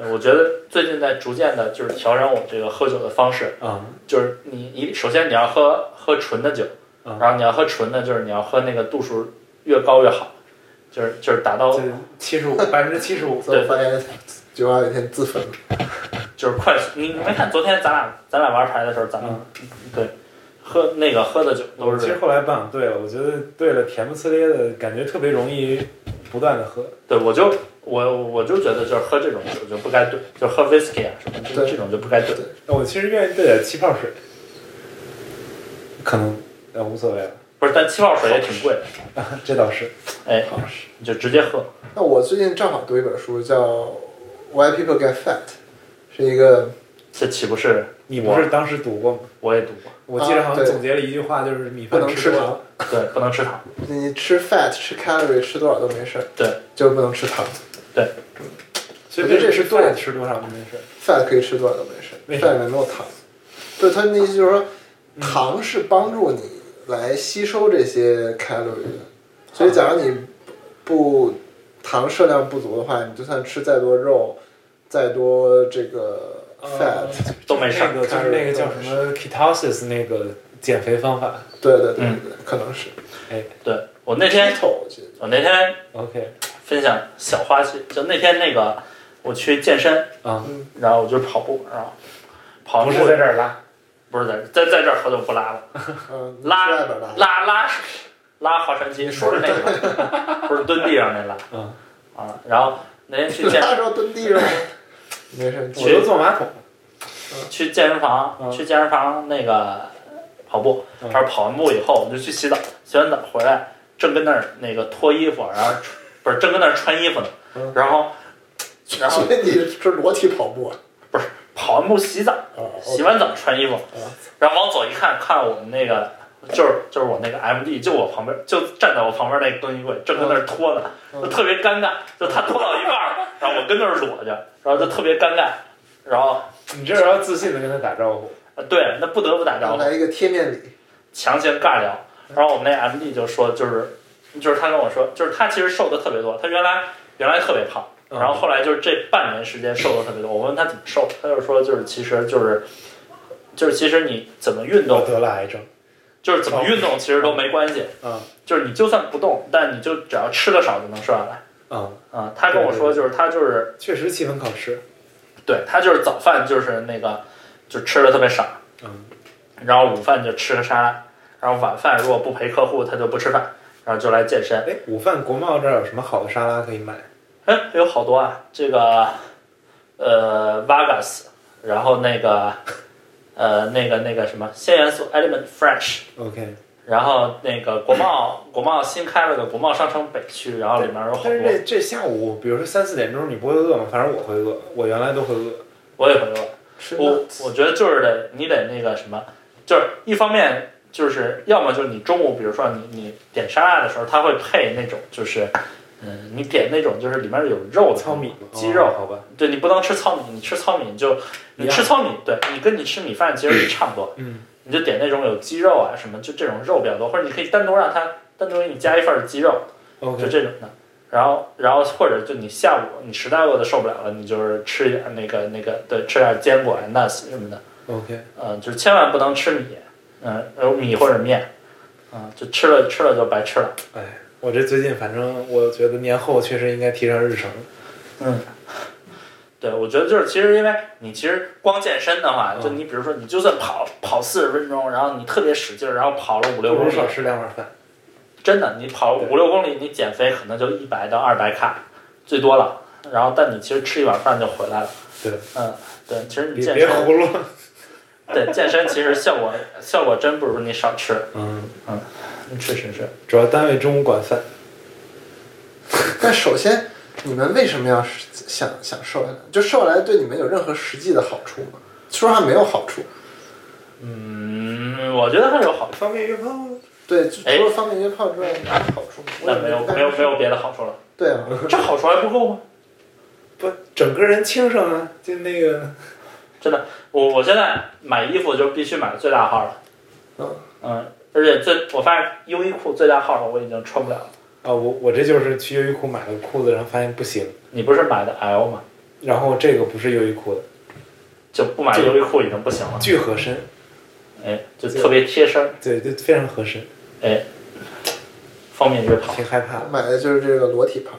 Speaker 3: 呃我觉得最近在逐渐的，就是调整我这个喝酒的方式，
Speaker 4: 啊、
Speaker 3: 就是你一首先你要喝喝纯的酒，
Speaker 4: 嗯
Speaker 3: 然后你要喝纯的，就是你要喝那个度数越高越好，就是就是达到
Speaker 4: 就七十五，百分之七十五。
Speaker 1: 自我发言九二有一天自焚。
Speaker 3: 就是快速。你你没看昨天咱俩咱俩玩牌的时候，咱们、对喝那个喝的酒都
Speaker 4: 嗯其实
Speaker 3: 是，
Speaker 4: 后来办对了，我觉得对了，甜不呲咧的感觉特别容易不断的喝。
Speaker 3: 对我就我我就觉得就是喝这种酒就不该兑，就喝 whisky 啊什么这
Speaker 1: 对
Speaker 3: 这种就不该兑。
Speaker 4: 我其实愿意兑点气泡水，可能呃无所谓了，
Speaker 3: 不是，但气泡水也挺贵的，
Speaker 4: 啊这倒是。
Speaker 3: 哎，你就直接喝。
Speaker 1: 那我最近正好读一本书，叫《Why People Get Fat》，是一个
Speaker 3: 这岂不是
Speaker 4: 你
Speaker 3: 我
Speaker 4: 不是当时读过吗？
Speaker 3: 我也读过？
Speaker 4: 我记得好
Speaker 1: 啊对
Speaker 4: 像总结了一句话，就是米
Speaker 1: 不
Speaker 4: 饭
Speaker 1: 能
Speaker 4: 吃
Speaker 1: 吃
Speaker 4: 多了
Speaker 1: 糖，
Speaker 3: 对，不能吃糖。
Speaker 1: 你吃 fat 吃 calorie 吃多少都没事儿，
Speaker 3: 对，
Speaker 1: 就是不能吃糖。
Speaker 4: 所以
Speaker 1: 我觉得这是
Speaker 4: 多
Speaker 1: 对的
Speaker 4: 少吃多少没事儿。
Speaker 1: fat 可以吃多少都没事
Speaker 4: 为啥
Speaker 1: ，fat 里面没有糖。对，他那意思就是说，糖是帮助你来吸收这些 calorie 的，所以假如你不糖摄量不足的话，你就算吃再多肉，再多这个
Speaker 3: 哦
Speaker 1: fat，、
Speaker 3: 都没事儿
Speaker 4: 那个就是那个叫什么 ketosis 那个减肥方法。哎
Speaker 1: 对对对对
Speaker 3: 嗯
Speaker 1: 对，可能是。
Speaker 3: 对我那天
Speaker 1: 头，我记得
Speaker 3: 我那天
Speaker 4: OK
Speaker 3: 分享小花絮，就那天那个我去健身，
Speaker 4: 啊，
Speaker 3: 然后我就跑步，然后跑
Speaker 4: 不
Speaker 3: 完
Speaker 4: 是
Speaker 3: 步
Speaker 4: 在这儿拉，
Speaker 3: 不是在这在在这儿好久不拉了，
Speaker 1: 嗯，
Speaker 3: 拉
Speaker 1: 去外边拉。
Speaker 3: 拉拉拉划船机，不是那个， 不是蹲地上那拉，
Speaker 4: 嗯
Speaker 3: 啊，然后那天去健
Speaker 1: 拉着蹲地上，没事，
Speaker 4: 我都坐马桶了。
Speaker 3: 去健身房
Speaker 4: 嗯
Speaker 3: 去健身房那个跑步，
Speaker 4: 嗯
Speaker 3: 他说跑完步以后我们就去洗澡，洗完澡回来正跟那儿那个脱衣服，然后穿不是正跟那儿穿衣服呢，
Speaker 4: 嗯
Speaker 3: 然后然后
Speaker 1: 所以你是裸体跑步啊？
Speaker 3: 跑完步洗澡，
Speaker 1: 啊
Speaker 3: 洗完澡穿衣服，
Speaker 1: 嗯
Speaker 3: 然后往左一看，看我们那个就是就是我那个 M D，就我旁边就站在我旁边那个更衣柜，正跟那儿脱呢，
Speaker 1: 嗯
Speaker 3: 就特别尴尬，就他脱到一 半儿，然后我跟那儿裸着，然后就特别尴尬，然后
Speaker 4: 你这是要自信的跟他打招呼，
Speaker 3: 呃对，那不得不打招呼，
Speaker 1: 来一个贴面礼，
Speaker 3: 强行尬聊，
Speaker 1: 嗯
Speaker 3: 然后我们那 M D 就说就是就是他跟我说，就是他其实瘦的特别多，他原来原来特别胖。
Speaker 4: 嗯
Speaker 3: 然后后来就是这半年时间瘦的特别多，我问他怎么瘦，他就说就是其实就是，就是其实你怎么运动
Speaker 4: 我得了癌症。
Speaker 3: 就是怎么运动其实都没关系，
Speaker 4: 嗯
Speaker 3: 就是你就算不动，但你就只要吃的少就能瘦下来。
Speaker 4: 嗯，
Speaker 3: 啊、他跟我说就是他就是
Speaker 4: 确实气氛好吃。
Speaker 3: 对他就是早饭就是那个就吃的特别少，
Speaker 4: 嗯，
Speaker 3: 然后午饭就吃个沙拉，然后晚饭如果不陪客户他就不吃饭，然后就来健身。
Speaker 4: 哎，午饭国贸这儿有什么好的沙拉可以买？
Speaker 3: 哎，有好多啊，这个呃 Vargas，然后那个呃那个那个什么鲜元素 Element Fresh，
Speaker 4: OK，
Speaker 3: 然后那个国贸国贸新开了个国贸商城北区，然后里面有好多
Speaker 4: 但。是这这下午，比如说三四点钟，你不会饿吗？反正我会饿，我原来都会饿。
Speaker 3: 我也会饿。
Speaker 1: 吃
Speaker 3: 我我觉得就是得你得那个什么，就是一方面就是要么就是你中午，比如说你你点沙拉的时候，它会配那种就是，嗯，你点那种就是里面有肉的
Speaker 4: 糙米哦吗、
Speaker 3: 鸡肉，
Speaker 4: 好吧？
Speaker 3: 对你不能吃糙米，你吃糙米你就你吃糙米，对你跟你吃米饭其实是差不多，
Speaker 4: 嗯，
Speaker 3: 你就点那种有鸡肉啊什么，就这种肉比较多，或者你可以单独让它单独给你加一份儿鸡肉，就
Speaker 4: OK，
Speaker 3: 这种的。然后，然后或者就你下午你实在饿的受不了了，你就是吃一点那个那个，对，吃点坚果啊、nuts 什么的，
Speaker 4: OK，
Speaker 3: 嗯、就是千万不能吃米，嗯、呃，米或者面，嗯、就吃了吃了就白吃了，
Speaker 4: 哎，我这最近反正我觉得年后确实应该提上日程。
Speaker 3: 嗯，对，我觉得就是其实因为你其实光健身的话，
Speaker 4: 嗯
Speaker 3: 就你比如说你就算跑跑四十分钟，然后你特别使劲儿，然后跑了五六
Speaker 4: 不
Speaker 3: 公
Speaker 4: 如
Speaker 3: 里
Speaker 4: 少，吃两碗饭。
Speaker 3: 真的，你跑
Speaker 4: 对
Speaker 3: 五六公里，你减肥可能就一百到二百卡，最多了。然后，但你其实吃一碗饭就回来了。
Speaker 4: 对，
Speaker 3: 嗯，对，其实你
Speaker 4: 别
Speaker 3: 健
Speaker 4: 别
Speaker 3: 身，
Speaker 4: 胡 乱。
Speaker 3: 对健身其实效果效果真不如你少吃，
Speaker 4: 嗯，
Speaker 3: 确实是。
Speaker 4: 主要单位中午管饭。
Speaker 1: 但首先，你们为什么要是想想瘦下来？就瘦下来对你们有任何实际的好处吗？说实话没有好处。
Speaker 3: 嗯，我觉得还是有好处，
Speaker 4: 方便约炮吗？
Speaker 1: 对，就
Speaker 3: 哎
Speaker 1: 除了方便约炮之外，没有好处吗？我
Speaker 3: 那
Speaker 1: 也
Speaker 3: 没有
Speaker 1: 干
Speaker 3: 没有没有别的好处了。
Speaker 1: 对啊，
Speaker 3: 这好处还不够吗？
Speaker 4: 不，整个人轻省啊，就那个
Speaker 3: 我我现在买衣服就必须买最大号了。
Speaker 1: 嗯
Speaker 3: 嗯，而且最我发现优衣库最大号的我已经穿不了了。
Speaker 4: 啊，我我这就是去优衣库买了裤子，然后发现不行，
Speaker 3: 你不是买的 L 吗？
Speaker 4: 然后这个不是优衣库的，
Speaker 3: 就不买
Speaker 4: 就
Speaker 3: 优衣库已经不行了。
Speaker 4: 巨合身，
Speaker 3: 哎，就特别贴身儿，
Speaker 4: 对，就非常合身，
Speaker 3: 哎，方便约跑。
Speaker 4: 挺害怕的。
Speaker 1: 买的就是这个裸体牌，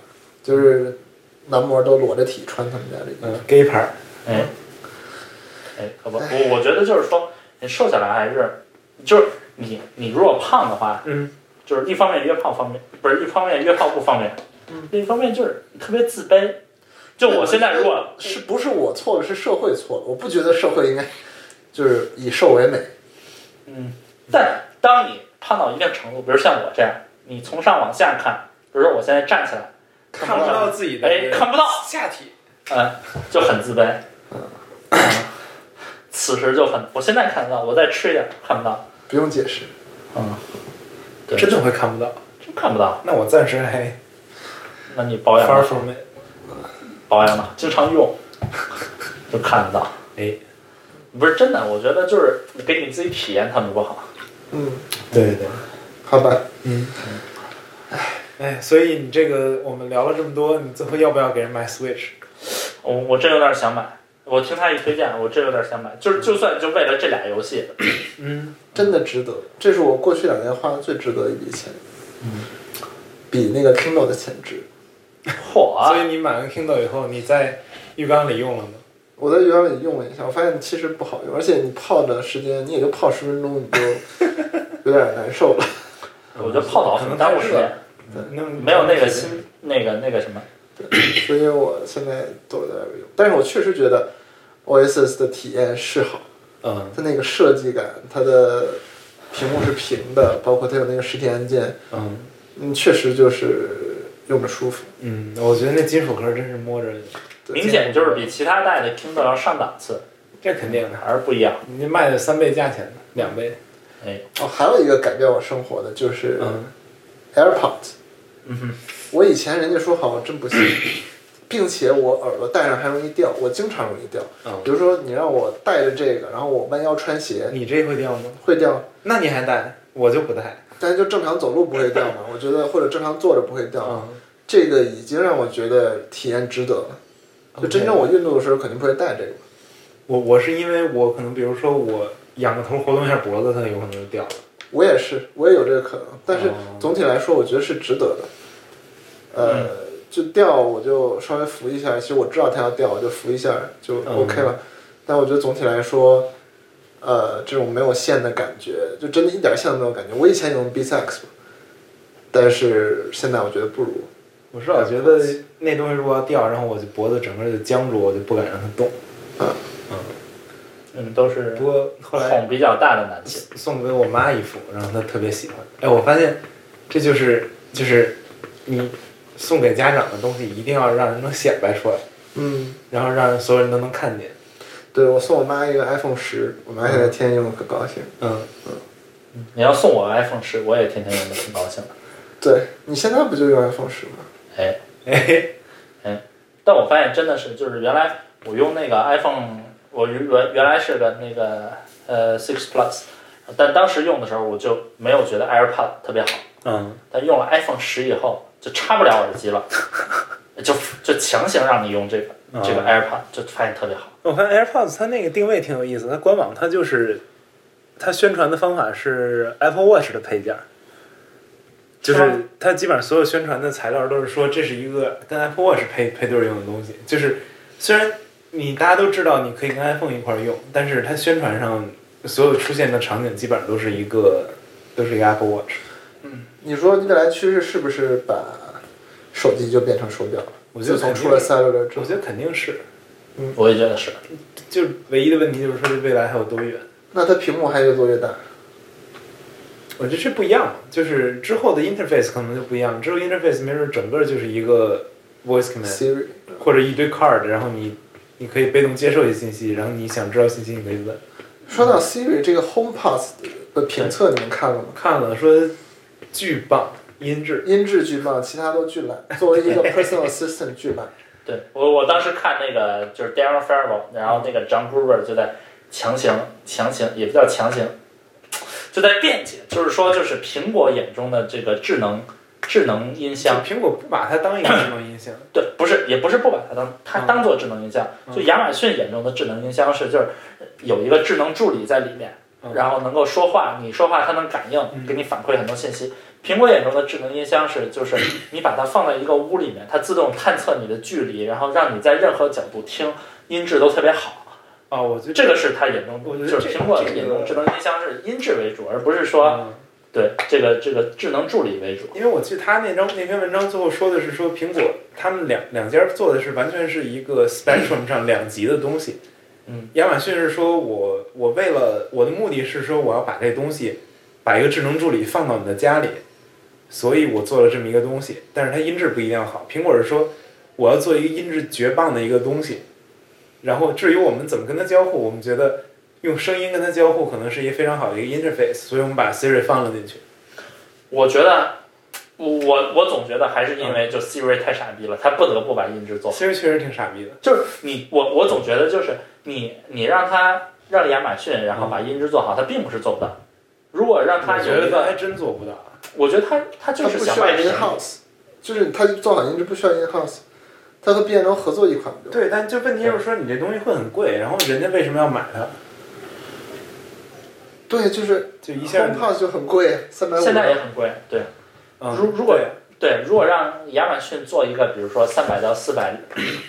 Speaker 1: 就是男模都裸着体穿他们家这个。
Speaker 4: 嗯，gay 牌儿，
Speaker 3: 哎，哎，可不，我我觉得就是说，你瘦下来还是，就是你你如果胖的话，
Speaker 4: 嗯，
Speaker 3: 就是一方面约炮方面不是一方面约炮不方便，另一方面就是特别自卑。就我现在如果
Speaker 1: 是不是我错了，是社会错了。我不觉得社会应该就是以瘦为美。
Speaker 3: 嗯，但当你胖到一定程度，比如像我这样，你从上往下看，比如说我现在站起来，
Speaker 4: 看不到自己的
Speaker 3: 哎，看不到，
Speaker 4: 下体，
Speaker 3: 嗯，就很自卑。嗯，此时就很，我现在看得到，我再吃一点看不到，
Speaker 1: 不用解释，
Speaker 3: 嗯，对
Speaker 4: 真的会看不到。
Speaker 3: 真看不到。
Speaker 4: 那我暂时还
Speaker 3: 那你保养吧
Speaker 4: far from it。
Speaker 3: 保养吧，经常用， 就看得到。
Speaker 4: 哎，
Speaker 3: 不是真的，我觉得就是给你自己体验，他们不好。
Speaker 1: 嗯，
Speaker 4: 对对。
Speaker 1: 好吧，
Speaker 4: 哎，所以你这个我们聊了这么多，你最后要不要给人买 Switch？
Speaker 3: 我我真有点想买，我听他一推荐，我真有点想买。就是就算就为了这俩游戏，
Speaker 4: 嗯，
Speaker 1: 真的值得。这是我过去两年花的最值得的一笔钱，比那个 Kindle 的钱值。
Speaker 3: 嚯、
Speaker 4: 所以你买完 Kindle 以后，你在浴缸里用了吗？
Speaker 1: 我在原本用了一下，我发现其实不好用，而且你泡的时间你也就泡十分钟，你就 有点难受了。
Speaker 3: 我觉得泡澡很耽误时间，
Speaker 4: 那
Speaker 3: 没有那个新那个那个什么，
Speaker 1: 所以我现在都在用，但是我确实觉得 Oasis 的体验是好，
Speaker 4: 嗯
Speaker 1: 它那个设计感，它的屏幕是平的，包括它有那个实体按键，
Speaker 4: 嗯
Speaker 1: 嗯，确实就是用着舒服。
Speaker 4: 嗯，我觉得那金属壳真是摸着，
Speaker 1: 对
Speaker 3: 明显就是比其他代的 Kindle 要上档次，
Speaker 4: 这肯定的，
Speaker 3: 还是不一样。
Speaker 4: 你卖的三倍价钱，两倍。
Speaker 3: 哎，
Speaker 1: 哦，还有一个改变我生活的就是
Speaker 4: 嗯
Speaker 1: AirPods，
Speaker 3: 嗯哼，
Speaker 1: 我以前人家说好，我真不 信，并且我耳朵戴上还容易掉，我经常容易掉。
Speaker 3: 哦
Speaker 4: 嗯
Speaker 1: 比，如说你让我戴着这个，然后我弯腰穿鞋
Speaker 4: 你这会掉吗？
Speaker 1: 会掉，
Speaker 4: 那你还戴？我就不戴。
Speaker 1: 但是就正常走路不会掉 嘛，我觉得或者正常坐着不会掉。
Speaker 3: 哦
Speaker 4: 嗯，
Speaker 1: 这个已经让我觉得体验值得了。就真正我运动的时候，肯定不会带这个。
Speaker 4: 我我是因为我可能比如说我仰个头活动一下脖子，它有可能就掉了。
Speaker 1: 我也是，我也有这个可能，但是
Speaker 4: 哦
Speaker 1: 总体来说，我觉得是值得的。呃，就掉我就稍微扶一下，其实我知道它要掉，我就扶一下就 OK 了。但我觉得总体来说，呃，这种没有线的感觉，就真的一点线都没有感觉。我以前用 B Sex 但是现在我觉得不如。
Speaker 4: 我是老觉得那东西如果要掉，然后我就脖子整个就僵住，我就不敢让它动。
Speaker 3: 你们嗯都是
Speaker 4: 不过后来
Speaker 3: 孔比较大的男性，
Speaker 4: 送给我妈一副，然后她特别喜欢。哎，我发现这就是就是你送给家长的东西，一定要让人能显摆出来，
Speaker 1: 嗯，
Speaker 4: 然后让所有人都能看见。
Speaker 1: 对我送我妈一个 iPhone 十，我妈现在天天用，可高兴。
Speaker 4: 嗯，
Speaker 3: 你要送我 iPhone 十，我也天天用的挺高兴的。
Speaker 1: 对你现在不就用 iPhone 十吗？
Speaker 3: 哎，
Speaker 4: 哎，
Speaker 3: 但我发现真的是，就是原来我用那个 iPhone，我原原原来是个那个呃 Six Plus，但当时用的时候我就没有觉得 AirPod 特别好，
Speaker 4: 嗯，
Speaker 3: 但用了 iPhone 十以后就插不了耳机了， 就就强行让你用这个这个 AirPod，就发现特别好。
Speaker 4: 我看 AirPods 它那个定位挺有意思，它官网它就是它宣传的方法是 Apple Watch 的配件儿，就是是它基本上所有宣传的材料都是说这是一个跟 Apple Watch 配配对儿用的东西，就是虽然你大家都知道你可以跟 iPhone 一块儿用，但是它宣传上所有出现的场景基本上都是一个都是一个 Apple Watch，
Speaker 1: 你说未来趋势是不是把手机就变成手表了？
Speaker 4: 我觉得
Speaker 1: 自从
Speaker 4: 肯定
Speaker 1: 出了三六六之
Speaker 4: 我
Speaker 1: 后，
Speaker 4: 觉得肯定是，
Speaker 3: 我也觉得是，
Speaker 4: 就是唯一的问题就是说这未来还有多远。
Speaker 1: 那它屏幕还越做越大。
Speaker 4: 我觉得这不一样，就是之后的 interface 可能就不一样。之后 interface 没准整个就是一个 voice command
Speaker 1: Siri，
Speaker 4: 或者一堆 card，然后你你可以被动接受一些信息，然后你想知道信息你可以问。
Speaker 1: 说
Speaker 4: 嗯
Speaker 1: 到 Siri 这个 HomePods 的评测，你们看了吗？
Speaker 4: 看了说巨棒，音质
Speaker 1: 音质巨棒，其他都巨烂。作为一个 personal assistant 巨烂。
Speaker 3: 对我我当时看那个就是 Darren Farrell，然后那个 John Gruber 就在强行强行，也不叫强行，就在辩解，就是说就是苹果眼中的这个智能智能音箱。
Speaker 4: 就苹果不把它当一个智能音箱，
Speaker 3: 对，不是，也不是不把它当它
Speaker 4: 嗯
Speaker 3: 当做智能音箱，就亚马逊眼中的智能音箱是就是有一个智能助理在里面，
Speaker 4: 嗯
Speaker 3: 然后能够说话，你说话它能感应，
Speaker 4: 嗯
Speaker 3: 给你反馈很多信息。苹果眼中的智能音箱是， 就是你把它放在一个屋里面，它自动探测你的距离，然后让你在任何角度听，音质都特别好。
Speaker 4: 啊，我觉得
Speaker 3: 这个是它眼中
Speaker 4: 我觉，得
Speaker 3: 就
Speaker 4: 这
Speaker 3: 是苹果
Speaker 4: 这个
Speaker 3: 眼中智能音箱是音质为主，而不是说
Speaker 4: 嗯
Speaker 3: 对这个这个智能助理为主。
Speaker 4: 因为我记得他那张那篇文章最后说的是说苹果他们两两家做的是完全是一个 spectrum 上两极的东西。
Speaker 3: 嗯，
Speaker 4: 亚马逊是说我我为了我的目的是说我要把这东西，把一个智能助理放到你的家里，所以我做了这么一个东西，但是它音质不一定要好。苹果是说我要做一个音质绝棒的一个东西，然后至于我们怎么跟它交互，我们觉得用声音跟它交互可能是一个非常好的一个 interface，所以我们把 Siri 放了进去。
Speaker 3: 我觉得，我我我总觉得还是因为就 Siri 太傻逼了，它不得不把音质做好。
Speaker 4: Siri 确实挺傻逼的。
Speaker 3: 就是你我我总觉得就是你你让它让亚马逊，然后把音质做好，它并不是做不到。如果让它
Speaker 4: 我觉
Speaker 3: 有一
Speaker 4: 得
Speaker 3: 个，
Speaker 4: 还真做不到。
Speaker 3: 我觉得它它
Speaker 1: 它
Speaker 3: 就是
Speaker 1: 不
Speaker 3: 想
Speaker 1: 需
Speaker 3: 把
Speaker 1: 要
Speaker 3: 这个
Speaker 1: in house，就是它做好音质不需要 in house，它和 B N O 合作一款不就？
Speaker 4: 对，但就问题就是说，你这东西会很贵，然后人家为什么要买它？
Speaker 1: 对，就是
Speaker 4: 就一下，
Speaker 1: HomePod 就很贵，三百五。
Speaker 3: 现在也很贵，对
Speaker 4: 嗯，
Speaker 3: 如如果
Speaker 4: 对
Speaker 3: 对。如果让亚马逊做一个，比如说三百到四百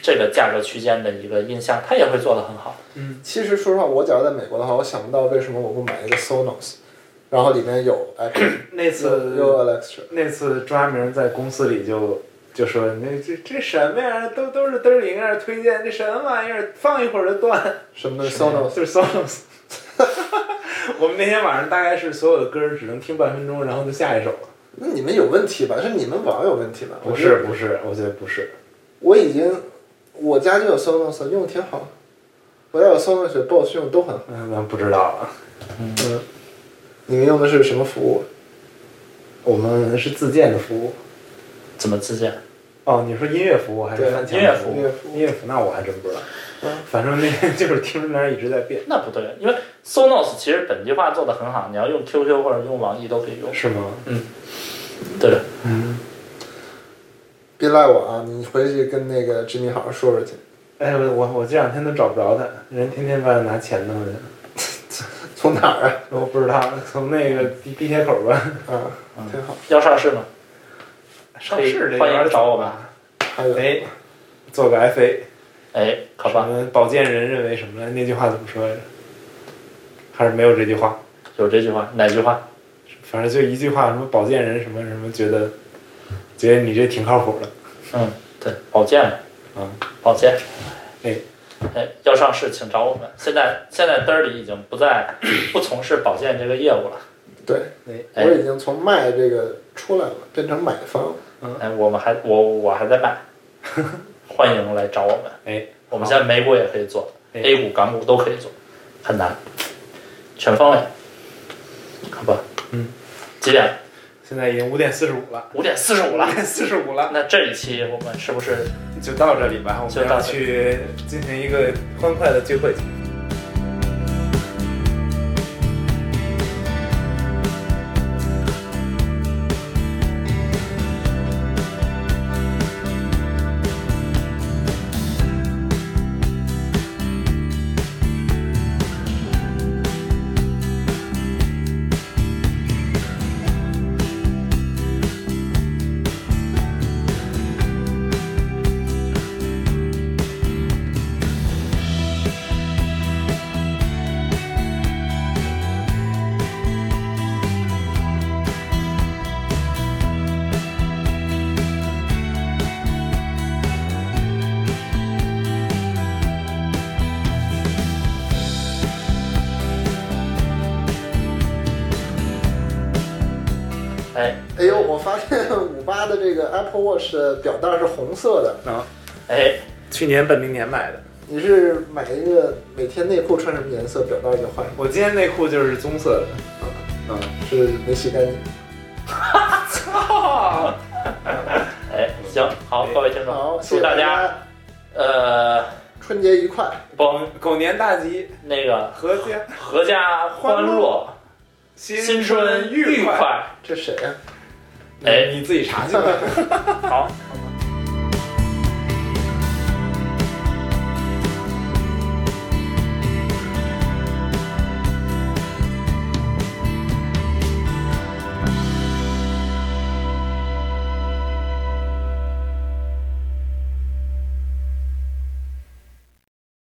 Speaker 3: 这个价格区间的一个音箱，它也会做得很好。
Speaker 1: 其实说实话，我假如在美国的话，我想不到为什么我不买一个 Sonos，然后里面有 Apple，
Speaker 4: 那
Speaker 1: 有有
Speaker 4: 次
Speaker 1: Alexa。
Speaker 4: 那次抓明在公司里就就说，那这这什么呀，都都是嘚儿里在那推荐，这什么玩意儿，放一会儿就断，
Speaker 1: 什么的 Sonos，
Speaker 4: 就是 Sonos。我们那天晚上大概是所有的歌儿只能听半分钟，然后就下一首了。
Speaker 1: 那你们有问题吧？是你们网有问题吧？
Speaker 4: 不
Speaker 1: 我觉得
Speaker 4: 是不是，我觉得不是。
Speaker 1: 我已经我家就有 Sonos，用的挺好。我家有 Sonos、Bose 用的都很好。
Speaker 4: 嗯，那不知道了。
Speaker 1: 嗯，你们用的是什么服务？
Speaker 4: 我们是自建的服务。
Speaker 3: 怎么自建？
Speaker 4: 哦，你说音乐服务还是
Speaker 1: 对
Speaker 4: 翻墙
Speaker 3: 音乐
Speaker 4: 的
Speaker 3: 服
Speaker 1: 务
Speaker 4: 音乐服务，音乐服务嗯那我还真不知道。反正那天就是听着那儿一直在变，
Speaker 3: 那不对，因为 Sonos 其实本地化做得很好，你要用 QQ 或者用网易都可以用，
Speaker 4: 是吗？
Speaker 3: 对吧？
Speaker 4: 嗯。
Speaker 1: 别赖我啊！你回去跟那个 Jimmy 好好说说去。
Speaker 4: 哎，我我我这两天都找不着他，人天天把他拿钱弄去，
Speaker 1: 从哪儿啊？
Speaker 4: 我不知道从那个地地铁口吧。
Speaker 1: 啊，挺好。
Speaker 3: 要上市吗？
Speaker 4: 上市这
Speaker 3: 欢
Speaker 4: 边
Speaker 3: 迎
Speaker 4: 儿
Speaker 3: 找我吧。
Speaker 1: 还有，
Speaker 4: 哎，做个 FA。
Speaker 3: 哎，好
Speaker 4: 什
Speaker 3: 吧，
Speaker 4: 么保健人认为什么来？那句话怎么说来着？还是没有这句话，
Speaker 3: 有这句话，哪句话？
Speaker 4: 反正就一句话，什么保健人什么什么觉得，觉得你这挺靠谱的。
Speaker 3: 嗯，对，保健嘛，
Speaker 4: 嗯，
Speaker 3: 保健。
Speaker 4: 哎，
Speaker 3: 哎，要上市请找我们。现在现在嘚儿里已经不再不从事保健这个业务了。
Speaker 1: 对
Speaker 3: 哎
Speaker 1: 我已经从卖这个出来了，变成买方。
Speaker 3: 哎，我们还我我还在卖，欢迎来找我们。
Speaker 4: 哎，
Speaker 3: 我们现在美股也可以做
Speaker 4: 哎
Speaker 3: ，A 股、港股都可以做，很难，全方位，好吧？
Speaker 4: 嗯，
Speaker 3: 几点？
Speaker 4: 现在已经五点四十五了，
Speaker 3: 五点四十五了
Speaker 4: 五。点四十五了，
Speaker 3: 那这一期我们是不是
Speaker 4: 就到这里吧。我
Speaker 3: 就
Speaker 4: 们
Speaker 3: 到
Speaker 4: 要
Speaker 3: 这
Speaker 4: 去进行一个欢快的聚会。
Speaker 3: 哎
Speaker 1: 哎呦，我发现五八的这个 Apple Watch 的表带是红色的。
Speaker 4: 啊，
Speaker 3: 哎
Speaker 4: 去年本命年买的。
Speaker 1: 你是买一个每天内裤穿什么颜色，表带就换什么，
Speaker 4: 我今天内裤就是棕色的。嗯，
Speaker 1: 是没洗干净。
Speaker 3: 哎，行好，各位听众，
Speaker 1: 好，谢
Speaker 3: 祝
Speaker 1: 谢
Speaker 3: 大
Speaker 1: 家，
Speaker 3: 家呃
Speaker 1: 春节愉快。
Speaker 3: 不
Speaker 4: 狗年大吉，
Speaker 3: 那个
Speaker 4: 阖家
Speaker 3: 阖家欢乐，新春愉
Speaker 4: 快。
Speaker 3: 快，
Speaker 1: 这谁呀、
Speaker 3: 哎
Speaker 4: 你自己查去吧。
Speaker 3: 好。
Speaker 1: 啊？